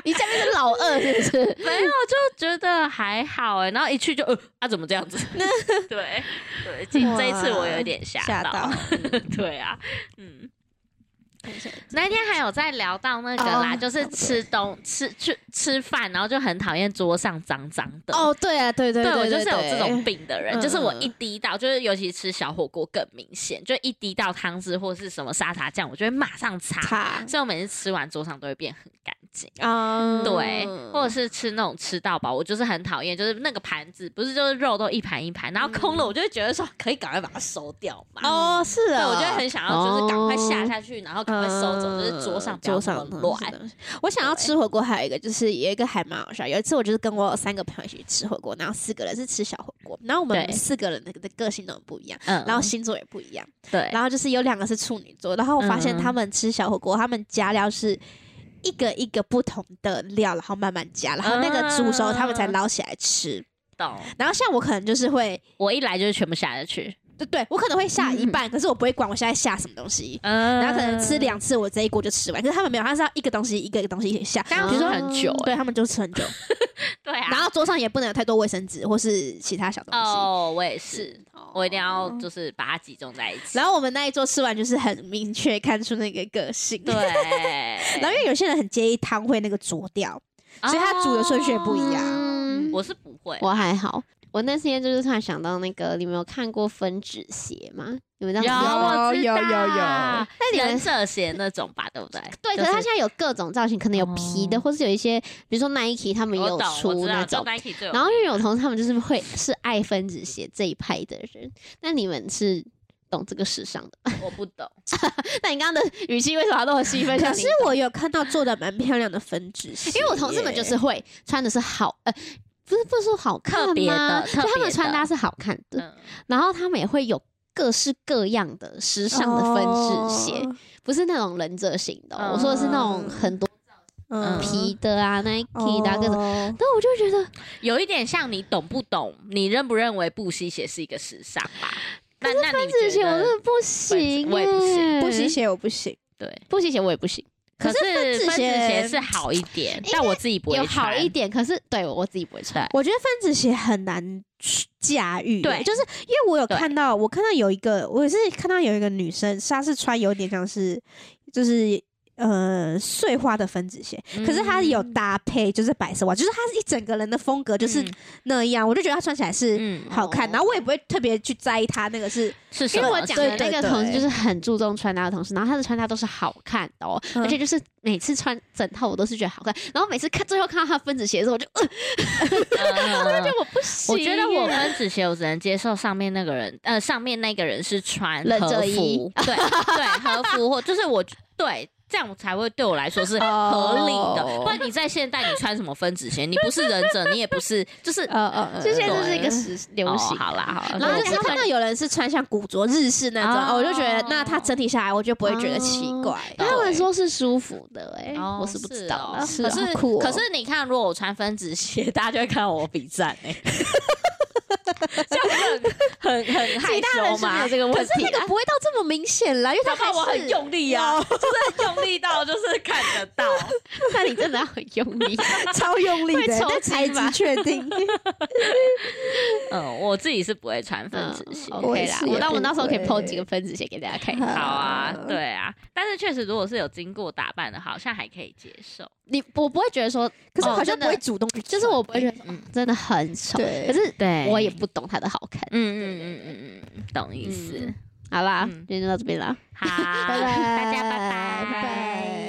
[SPEAKER 3] 你下面是老二是不是？
[SPEAKER 1] 没有就觉得还好哎、然后一去就呃啊怎么这样 子？对对，这
[SPEAKER 2] 哇
[SPEAKER 1] 这一次我有点吓
[SPEAKER 2] 吓到，
[SPEAKER 1] 对啊，嗯。那天还有在聊到那个啦，
[SPEAKER 2] 哦
[SPEAKER 1] 就是吃东吃去吃饭，然后就很讨厌桌上脏脏的。
[SPEAKER 2] 哦，对啊，对对
[SPEAKER 1] 对
[SPEAKER 2] 对，
[SPEAKER 1] 我就是有这种
[SPEAKER 2] 对，
[SPEAKER 1] 病的人，
[SPEAKER 2] 嗯
[SPEAKER 1] 就是我一滴到，就是尤其吃小火锅更明显，就一滴到汤汁或是什么沙茶酱，我就会马上擦。
[SPEAKER 2] 差
[SPEAKER 1] 所以我每次吃完桌上都会变很干净，
[SPEAKER 3] 嗯
[SPEAKER 2] 啊，
[SPEAKER 1] 对，或者是吃那种吃到饱，我就是很讨厌，就是那个盘子不是就是肉都一盘一盘，然后空了，
[SPEAKER 2] 嗯
[SPEAKER 1] 我就会觉得说可以赶快把它收掉嘛。
[SPEAKER 2] 哦，是
[SPEAKER 1] 对，
[SPEAKER 2] 啊，
[SPEAKER 1] 我就会很想要就是赶快下
[SPEAKER 3] 哦
[SPEAKER 1] 下去，然后赶快收走，就是桌上不要那
[SPEAKER 2] 嗯桌上嗯
[SPEAKER 1] 么
[SPEAKER 2] 的东西
[SPEAKER 1] 乱。
[SPEAKER 2] 东西我想要
[SPEAKER 1] 对
[SPEAKER 2] 吃火锅，还有一个就是有一个还蛮好笑。有一次我就是跟我三个朋友一起吃火锅，然后四个人是吃小火锅，然后我们
[SPEAKER 1] 对
[SPEAKER 2] 四个人的的个性都很不一样，
[SPEAKER 1] 嗯
[SPEAKER 2] 然后星座也不一样，
[SPEAKER 1] 对，
[SPEAKER 2] 然后就是有两个是处女座，然后我发现
[SPEAKER 1] 嗯
[SPEAKER 2] 他们吃小火锅，他们加料是。一个一个不同的料，然后慢慢加，然后那个煮熟，他们
[SPEAKER 1] 嗯
[SPEAKER 2] 才捞起来吃。
[SPEAKER 1] 懂。
[SPEAKER 2] 然后像我可能就是会，
[SPEAKER 1] 我一来就是全部下下去，
[SPEAKER 2] 对对，我可能会下一半，可是我不会管我现在下什么东西。
[SPEAKER 1] 嗯
[SPEAKER 2] 然后可能吃两次，我这一锅就吃完。可是他们没有，他是要一个东西一个一个东西一起下。
[SPEAKER 1] 嗯这样
[SPEAKER 2] 比如说嗯
[SPEAKER 1] 子很久欸
[SPEAKER 2] 对他们就吃很久，
[SPEAKER 1] 对啊，
[SPEAKER 2] 然后桌上也不能有太多卫生纸或是其他小东西。
[SPEAKER 1] 哦，我也是，我一定要
[SPEAKER 2] 哦
[SPEAKER 1] 就是把它集中在一起。
[SPEAKER 2] 然后我们那一桌吃完就是很明确看出那个个性。
[SPEAKER 1] 对，
[SPEAKER 2] 然后因为有些人很介意汤会那个浊掉，所以他煮的顺序也不一样
[SPEAKER 1] 哦
[SPEAKER 3] 嗯
[SPEAKER 1] 我是不会，
[SPEAKER 3] 我还好，我那天就是突然想到那个，你们有看过分趾鞋吗？你们这样子
[SPEAKER 2] 有
[SPEAKER 1] 我知道
[SPEAKER 4] 有有有
[SPEAKER 3] 你们
[SPEAKER 1] 忍者鞋那种吧，对不对？
[SPEAKER 3] 对，
[SPEAKER 1] 就
[SPEAKER 3] 可是它现在有各种造型，可能有皮的，
[SPEAKER 1] 哦
[SPEAKER 3] 或是有一些，比如说 Nike 他们也
[SPEAKER 1] 我
[SPEAKER 3] 有
[SPEAKER 1] 懂，我
[SPEAKER 3] 出
[SPEAKER 1] 知
[SPEAKER 3] 那
[SPEAKER 1] 道，就
[SPEAKER 3] 种。
[SPEAKER 1] Nike 最有
[SPEAKER 3] 然后因为有同事他们就是会是爱分子鞋这一派的人，那你们是懂这个时尚的吗？
[SPEAKER 1] 我不懂，
[SPEAKER 3] 那你刚刚的语气为什么要那么细分？
[SPEAKER 2] 可
[SPEAKER 3] 像你
[SPEAKER 2] 是我有看到做的蛮漂亮的分支鞋，
[SPEAKER 3] 因为我同事们就是会穿的是好呃。不是不是说好看
[SPEAKER 1] 特别的
[SPEAKER 3] 吗
[SPEAKER 1] 特
[SPEAKER 3] 就他
[SPEAKER 1] 别
[SPEAKER 3] 们穿
[SPEAKER 1] 的
[SPEAKER 3] 搭是好看的，
[SPEAKER 1] 嗯，
[SPEAKER 3] 然后他们也会有各式各样的时尚的分制鞋，
[SPEAKER 2] 哦
[SPEAKER 3] 不是那种忍者型的哦、
[SPEAKER 1] 嗯
[SPEAKER 3] 我说的是那种很多
[SPEAKER 2] 哦
[SPEAKER 1] 嗯
[SPEAKER 3] 皮的啊、Nike 的、啊、各种。
[SPEAKER 2] 种。
[SPEAKER 3] 但我就觉得，
[SPEAKER 1] 有一点像你懂不懂，你认不认为布西鞋是一个时尚吧？那那你
[SPEAKER 3] 这
[SPEAKER 1] 觉
[SPEAKER 3] 些我真
[SPEAKER 1] 得
[SPEAKER 3] 的不行、欸，
[SPEAKER 1] 我也不行
[SPEAKER 2] 布鞋我不行，
[SPEAKER 1] 对？
[SPEAKER 3] 不行鞋我也不行，
[SPEAKER 2] 可是分
[SPEAKER 3] 是
[SPEAKER 2] 子
[SPEAKER 3] 分子鞋
[SPEAKER 2] 鞋
[SPEAKER 3] 是好一点
[SPEAKER 1] 但我自己不会
[SPEAKER 3] 有好
[SPEAKER 1] 穿
[SPEAKER 3] 一点，可是对我自己不会穿。
[SPEAKER 2] 我觉得分子鞋很难去驾驭，
[SPEAKER 3] 对
[SPEAKER 2] 就是因为我有
[SPEAKER 3] 对
[SPEAKER 2] 看到，我看到有一个，我也是看到有一个女生，她是穿有点像是就是呃碎花的分子鞋，可是她有
[SPEAKER 3] 嗯
[SPEAKER 2] 搭配就是白色袜，就是她一整个人的风格就是那样，我就觉得她穿起来是
[SPEAKER 1] 嗯
[SPEAKER 2] 好看，
[SPEAKER 3] 哦
[SPEAKER 2] 然后我也不会特别去在意她那个是
[SPEAKER 1] 是什
[SPEAKER 3] 因为
[SPEAKER 1] 么？
[SPEAKER 3] 我讲的
[SPEAKER 2] 对
[SPEAKER 3] 那
[SPEAKER 2] 对
[SPEAKER 3] 个
[SPEAKER 2] 对
[SPEAKER 3] 同事就是很注重穿搭的同事，然后他的穿搭都是好看的哦，
[SPEAKER 2] 嗯
[SPEAKER 3] 而且就是每次穿整套我都是觉得好看，然后每次看最后看到他分子鞋的时候，我就、呃、呃
[SPEAKER 1] 嗯
[SPEAKER 3] 我不行欸
[SPEAKER 1] 我觉得我
[SPEAKER 3] 耶
[SPEAKER 1] 分子鞋我只能接受上面那个人，呃，上面那个人是穿
[SPEAKER 3] 忍
[SPEAKER 1] 和
[SPEAKER 3] 者衣
[SPEAKER 1] 服，对对， 和服或就是我对这样才会对我来说是合理的。
[SPEAKER 2] 哦
[SPEAKER 1] 不然你在现代你穿什么分子鞋？你不是忍者，你也不是，就是
[SPEAKER 2] 呃呃，
[SPEAKER 3] 就现在
[SPEAKER 1] 这
[SPEAKER 3] 就是一个
[SPEAKER 2] 对。
[SPEAKER 3] 时流行、
[SPEAKER 1] 哦好啦好啦
[SPEAKER 3] 然
[SPEAKER 2] 然
[SPEAKER 3] 后
[SPEAKER 2] 后
[SPEAKER 3] 就
[SPEAKER 2] 就是是看到有人是穿像古着日式那种，
[SPEAKER 1] 哦
[SPEAKER 2] 哦我就觉得那她整体下来，我就不会觉得奇
[SPEAKER 3] 哦
[SPEAKER 2] 怪。
[SPEAKER 3] 他们说是舒服的、欸，哎、
[SPEAKER 1] 哦
[SPEAKER 3] 我是不知道
[SPEAKER 1] 哦
[SPEAKER 3] 的，
[SPEAKER 2] 是
[SPEAKER 1] 可
[SPEAKER 2] 啊
[SPEAKER 1] 是、
[SPEAKER 2] 好酷哦
[SPEAKER 1] 可是你看，如果我穿分子鞋，大家就会看我比赞 哎、欸，这样不是很很很害
[SPEAKER 3] 其他人
[SPEAKER 1] 羞
[SPEAKER 3] 是没
[SPEAKER 1] 吗
[SPEAKER 3] 有？这个
[SPEAKER 2] 可
[SPEAKER 3] 问
[SPEAKER 2] 是
[SPEAKER 3] 题
[SPEAKER 2] 那
[SPEAKER 3] 啦
[SPEAKER 2] 个。不会到这么明显啦，因为他
[SPEAKER 1] 啊他看
[SPEAKER 2] 还是
[SPEAKER 1] 我很用力啊，就是很用力到就是看得到。
[SPEAKER 3] 那你真的很用 力，
[SPEAKER 2] 超用力
[SPEAKER 3] 会
[SPEAKER 2] 的，
[SPEAKER 3] 抽
[SPEAKER 2] 但才
[SPEAKER 3] 筋吧
[SPEAKER 2] 极确定。
[SPEAKER 1] 嗯，我自己是不会穿分子鞋。
[SPEAKER 3] 嗯
[SPEAKER 2] 我
[SPEAKER 3] OK
[SPEAKER 2] 也
[SPEAKER 3] 啦
[SPEAKER 2] 是。
[SPEAKER 3] 我那我那时候可以
[SPEAKER 2] 不
[SPEAKER 3] PO
[SPEAKER 2] 会
[SPEAKER 3] 几个分子鞋给大家看一
[SPEAKER 2] 好
[SPEAKER 3] 下。
[SPEAKER 1] 好啊，
[SPEAKER 2] 嗯
[SPEAKER 1] 对啊，但是确实，如果是有经过打扮的，好像还可以接受。
[SPEAKER 3] 你我不会觉得说，
[SPEAKER 2] 可是我
[SPEAKER 3] 哦
[SPEAKER 2] 好像
[SPEAKER 3] 真
[SPEAKER 2] 不
[SPEAKER 3] 的
[SPEAKER 2] 会主动去穿，
[SPEAKER 3] 就是我不会觉得哦
[SPEAKER 1] 嗯
[SPEAKER 3] 真的很丑，
[SPEAKER 2] 对
[SPEAKER 3] 可是
[SPEAKER 1] 对
[SPEAKER 3] 我也不懂它的好看。
[SPEAKER 1] 嗯嗯嗯嗯嗯，懂意思。
[SPEAKER 3] 好啦，
[SPEAKER 1] 嗯
[SPEAKER 3] 今天就到这边啦。
[SPEAKER 1] 好，
[SPEAKER 2] 拜拜
[SPEAKER 1] 大家拜
[SPEAKER 2] 拜
[SPEAKER 1] 拜
[SPEAKER 2] 拜。